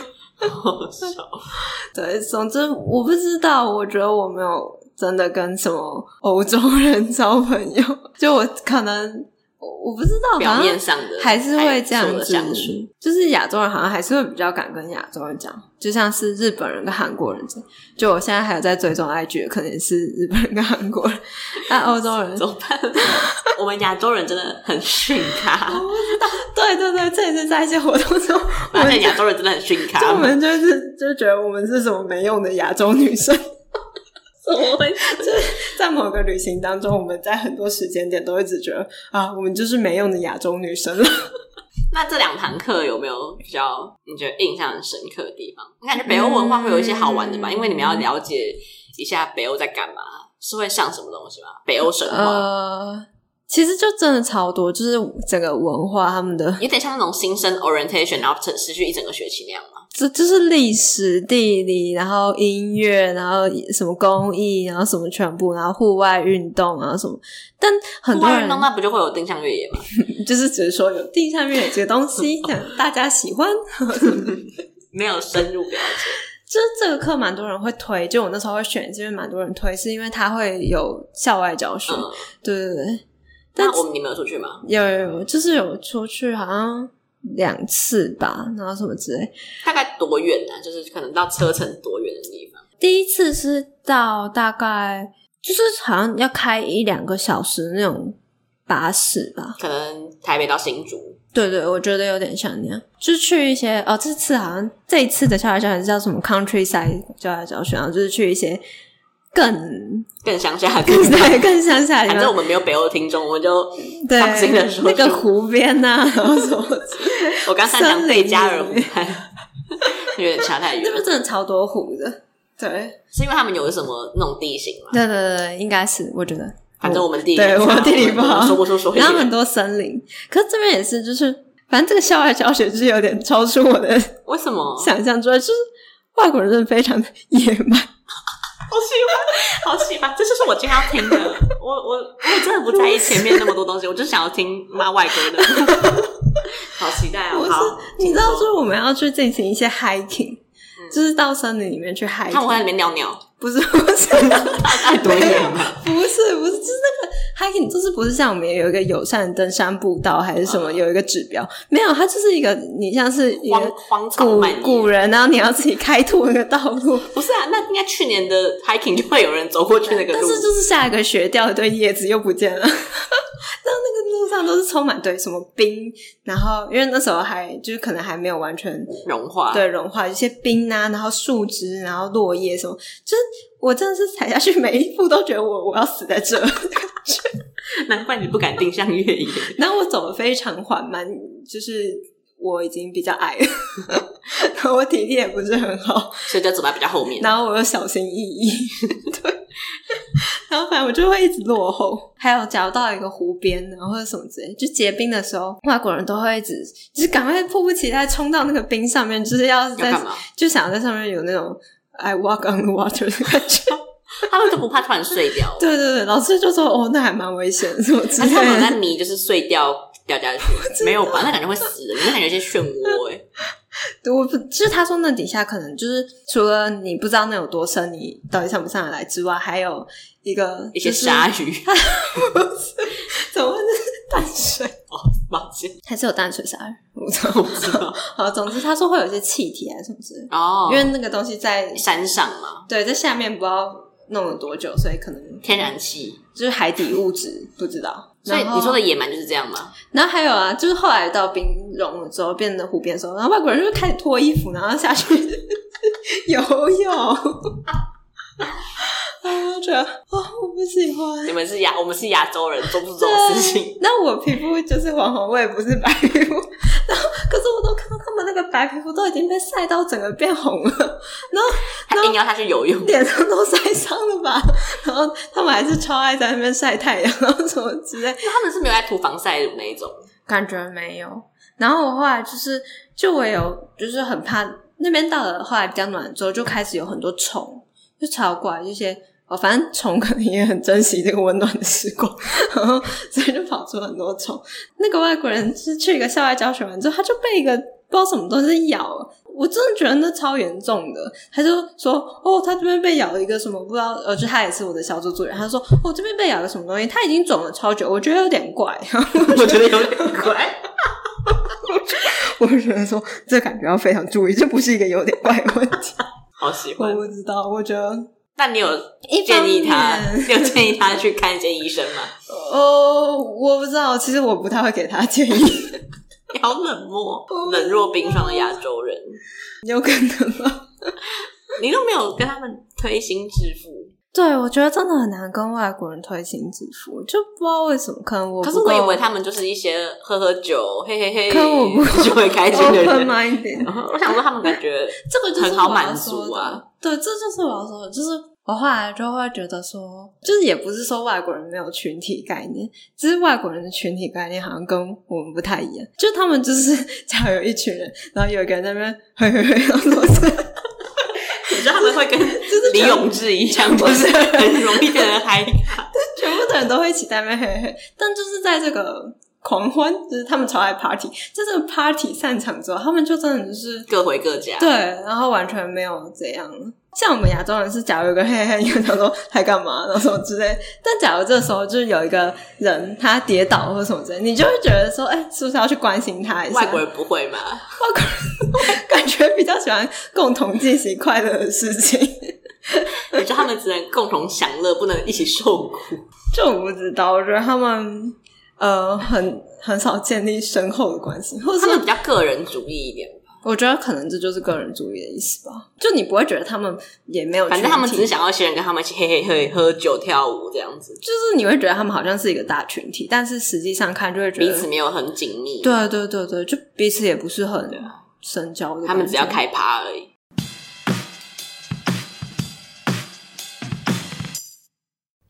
Speaker 2: 好笑。
Speaker 1: 对，总之我不知道，我觉得我没有真的跟什么欧洲人交朋友，就我可能我我不知道，
Speaker 2: 表
Speaker 1: 反正
Speaker 2: 面上的
Speaker 1: 还是会这样
Speaker 2: 做了
Speaker 1: 子
Speaker 2: 相处，
Speaker 1: 就是亚洲人好像还是会比较敢跟亚洲人讲，就像是日本人跟韩国人这样。就我现在还有在追踪 IG，的可能是日本人跟韩国人，但欧洲人
Speaker 2: 怎么办？ 我们亚洲人真的很逊咖，
Speaker 1: 对对对，这也是在一些活动中， 我
Speaker 2: 发
Speaker 1: 们
Speaker 2: 现亚洲人真的很逊咖。
Speaker 1: 就我们就是就觉得我们是什么没用的亚洲女生。
Speaker 2: 怎么会？
Speaker 1: 在某个旅行当中，我们在很多时间点都会只觉得啊，我们就是没用的亚洲女 生了。
Speaker 2: 那这两堂课有没有比较你觉得印象很深刻的地方？你感觉北欧文化会有一些好玩的吧？
Speaker 1: 嗯
Speaker 2: 因为你们要了解一下北欧在干嘛，是会上什么东西吗？北欧神话。
Speaker 1: 呃，其实就真的超多，就是整个文化他们的，
Speaker 2: 有点像那种新生 orientation，然后持持续一整个学期那样吗？
Speaker 1: 这就是历史、地理，然后音乐，然后什么工艺，然后什么全部，然后户外运动啊什么。但很多
Speaker 2: 户外
Speaker 1: 人
Speaker 2: 运动那不就会有定向越野吗？
Speaker 1: 就是只是说有地下面有这个东 西，这样大家喜欢。
Speaker 2: 没有深入了解，
Speaker 1: 就是这个课蛮多人会推，就我那时候会选，是因为蛮多人推，是因为它会有校外教学。
Speaker 2: 嗯，
Speaker 1: 对对对。但
Speaker 2: 那我们你们有出去吗？
Speaker 1: 有有有，就是有出去好像两次吧，然后什么之类。
Speaker 2: 大概多远呢、啊？就是可能到车程多远的地方？
Speaker 1: 第一次是到大概就是好像要开一两个小时那种巴士吧，
Speaker 2: 可能台北到新竹，
Speaker 1: 对对，我觉得有点像那样，就去一些哦，这次好像这一次的校外教学是叫什么 countryside 校外教学，然后就是去一些更
Speaker 2: 更乡下的地
Speaker 1: 更
Speaker 2: 方。
Speaker 1: 对更乡下的
Speaker 2: 反
Speaker 1: 地
Speaker 2: 正
Speaker 1: 方
Speaker 2: 我。们没有北欧听众，我们就
Speaker 1: 对
Speaker 2: 放心的，说
Speaker 1: 那个
Speaker 2: 出
Speaker 1: 湖边 呐、然后什么之类的，
Speaker 2: 我刚才讲
Speaker 1: 森
Speaker 2: 贝
Speaker 1: 林
Speaker 2: 加尔
Speaker 1: 里
Speaker 2: 湖
Speaker 1: 面
Speaker 2: 畔， 有点差 太远
Speaker 1: 那边
Speaker 2: 了。
Speaker 1: 真的超多湖的。对，
Speaker 2: 是因为他们有什么那种地形嘛？
Speaker 1: 对对对，应该是，我觉得。
Speaker 2: 反正我们地理
Speaker 1: 对
Speaker 2: 不
Speaker 1: 我
Speaker 2: 好
Speaker 1: 地理不好
Speaker 2: 我说不出所以
Speaker 1: 然后
Speaker 2: 然。
Speaker 1: 很多森林，可是这边也是，就是反正这个校外教学就是有点超出我的
Speaker 2: 为什么？
Speaker 1: 想象之外，就是外国人真的非常的野蛮。
Speaker 2: 好喜欢，好喜欢，这就是我今天要听的。我我我真的不在意前面那么多东西，我就想要听骂外国 的。好期待
Speaker 1: 不
Speaker 2: 哦！
Speaker 1: 是
Speaker 2: 好，
Speaker 1: 你知
Speaker 2: 请
Speaker 1: 道，
Speaker 2: 说
Speaker 1: 就是我们要去进行一些 hiking，、
Speaker 2: 嗯
Speaker 1: 就是到森林里面去 hiking，
Speaker 2: 他们会在里面尿尿，
Speaker 1: 不是不是不
Speaker 2: 太多
Speaker 1: 远
Speaker 2: 了。
Speaker 1: 是不是，就是那个 hiking，就是不是像我们有一个友善登山步道还是什么，
Speaker 2: 嗯
Speaker 1: 有一个指标，没有，它就是一个你像是一
Speaker 2: 荒
Speaker 1: 个
Speaker 2: 荒草
Speaker 1: 古
Speaker 2: 漫
Speaker 1: 古
Speaker 2: 野，
Speaker 1: 人，然后你要自己开拓那个道 路。
Speaker 2: 不是啊？那应该去年的 hiking 就会有人走过去那个
Speaker 1: 但
Speaker 2: 路，
Speaker 1: 是就是下一个学掉一堆叶子又不见了，然后 那个路上都是充满对什么冰，然后因为那时候还就是可能还没有完全
Speaker 2: 融化。
Speaker 1: 对融化，有些冰啊，然后树枝，然后落叶什么，就是我真的是踩下去每一步都觉得我我要死在这，
Speaker 2: 难怪你不敢定向越野。
Speaker 1: 然后我走的非常缓慢，就是。我已经比较矮了，然后我体力也不是很好，
Speaker 2: 所以就走在比较后面。
Speaker 1: 然后我又小心翼翼，对，然后反正我就会一直落后。还有，假如到一个湖边，然后或者什么之类，就结冰的时候，外国人都会一直就是赶快迫不及待冲到那个冰上面，就是要
Speaker 2: 要
Speaker 1: 在
Speaker 2: 干嘛？
Speaker 1: 就想在上面有那种 I walk on the water 的感觉。
Speaker 2: 他们都不怕突然碎掉，
Speaker 1: 对对对，老师就说哦，那还蛮危险，什么之
Speaker 2: 还
Speaker 1: 类
Speaker 2: 是他们有
Speaker 1: 的。
Speaker 2: 在迷就是碎掉掉下去？没有吧？那感觉会死的，那感觉有些漩涡哎、
Speaker 1: 我不就是他说那底下可能就是除了你不知道那有多深，你到底上不上得来之外，还有一个、
Speaker 2: 一
Speaker 1: 就是、
Speaker 2: 些鲨鱼。
Speaker 1: 怎么会是淡水？
Speaker 2: 抱歉，
Speaker 1: 还是有淡水鲨鱼？我操！
Speaker 2: 我不知道。
Speaker 1: 好，总之他说会有一些气体啊还是什么之类的，
Speaker 2: 哦，
Speaker 1: 因为那个东西在
Speaker 2: 山上嘛，
Speaker 1: 对在下面不知道弄了多久，所以可能
Speaker 2: 天然气，
Speaker 1: 就是海底物质不知道。
Speaker 2: 所以
Speaker 1: 然后
Speaker 2: 你说的野蛮就是这样吗？
Speaker 1: 然后还有啊，就是后来到冰融了之后，变得湖边的时候，然后外国人就开始脱衣服，然后下去游泳。哎，我觉得啊、哦，我不喜欢。
Speaker 2: 你们是亚，我们是亚洲人，做不出这种事 情。
Speaker 1: 那我皮肤就是黄黄，我也不是白皮肤。然后，可是我都看到他们那个白皮肤都已经被晒到整个变红了，
Speaker 2: 他硬要他去游泳，
Speaker 1: 脸上都晒伤了吧？然后他们还是超爱在那边晒太阳，然后什么之类。
Speaker 2: 他们是没有在涂防晒乳那一种。
Speaker 1: 感觉没有。然后我后来就是，就我有就是很怕那边到了后来比较暖之后，就开始有很多虫，就超怪这些。哦，反正虫可能也很珍惜这个温暖的时光，然后所以就跑出很多虫。那个外国人是去一个校外教学完之后，他就被一个不知道什么东西咬了，我真的觉得那超严重的。他就说：“哦，他这边被咬了一个什么不知道，呃，就他也是我的小组组员，他说：‘哦，这边被咬了什么东西，他已经肿了超久，我觉得有点怪。’ 然后
Speaker 2: 我觉得有点怪。
Speaker 1: 我就觉得说这感觉要非常注意，这不是一个有点怪的问题。
Speaker 2: 好喜
Speaker 1: 我
Speaker 2: 欢。
Speaker 1: 不知道，我觉得
Speaker 2: 但你有
Speaker 1: 一方
Speaker 2: 建议他，
Speaker 1: 面
Speaker 2: 你有建议他去看一些医生吗？
Speaker 1: 哦，我不知道，其实我不太会给他建议，
Speaker 2: 你好冷漠，冷若冰霜的亚洲人，
Speaker 1: 有可能吧。
Speaker 2: 你都没有跟他们推心置腹。
Speaker 1: 对，我觉得真的很难跟外国人推心置腹，就不知道为什么，可能我
Speaker 2: 可是
Speaker 1: 不
Speaker 2: 我
Speaker 1: 够
Speaker 2: 以为他们就是一些喝喝酒，嘿嘿嘿，
Speaker 1: 可我不
Speaker 2: 就会开心的
Speaker 1: open
Speaker 2: 人。
Speaker 1: minded，
Speaker 2: 我想说，他们感觉
Speaker 1: 这个就是
Speaker 2: 很好
Speaker 1: 我要
Speaker 2: 满
Speaker 1: 说
Speaker 2: 足
Speaker 1: 的
Speaker 2: 啊。
Speaker 1: 对，这就是我要说的，就是我后来就会觉得说，就是也不是说外国人没有群体概念，只是外国人的群体概念好像跟我们不太一样，就他们就是假如有一群人，然后有一个人在那边嘿嘿嘿，然后说是
Speaker 2: 你知道他们会跟
Speaker 1: 是
Speaker 2: 李永志一样，就是很容易变成嗨。
Speaker 1: 全部的人都会一起在那边嘿嘿嘿，但就是在这个。狂欢就是他们超爱 party，在这个 party 散场之后，他们就真的就是
Speaker 2: 各回各家。
Speaker 1: 对，然后完全没有这样。像我们亚洲人是，假如有个黑黑，因为他说还干嘛，然后什么之类。但假如这时候就是有一个人他跌倒或者什么之类，你就会觉得说，哎、是不是要去关心他一下？
Speaker 2: 外国人不会嘛？
Speaker 1: 外国人 感觉比较喜欢共同进行快乐的事情，
Speaker 2: 我觉得他们只能共同享乐，不能一起受苦。
Speaker 1: 这我不知道。我觉得他们呃很很少建立深厚的关系，或者
Speaker 2: 他
Speaker 1: 是
Speaker 2: 们比较个人主义一点，
Speaker 1: 我觉得可能这就是个人主义的意思吧。就你不会觉得他们也没有群体，
Speaker 2: 反正他们只是想要一些人跟他们一起嘿嘿嘿喝酒跳舞这样子，
Speaker 1: 就是你会觉得他们好像是一个大群体，但是实际上看就会觉
Speaker 2: 彼
Speaker 1: 得
Speaker 2: 此没有很紧密。，
Speaker 1: 对啊对对对，就彼此也不是很深交的感觉。
Speaker 2: 他们只要开趴而已。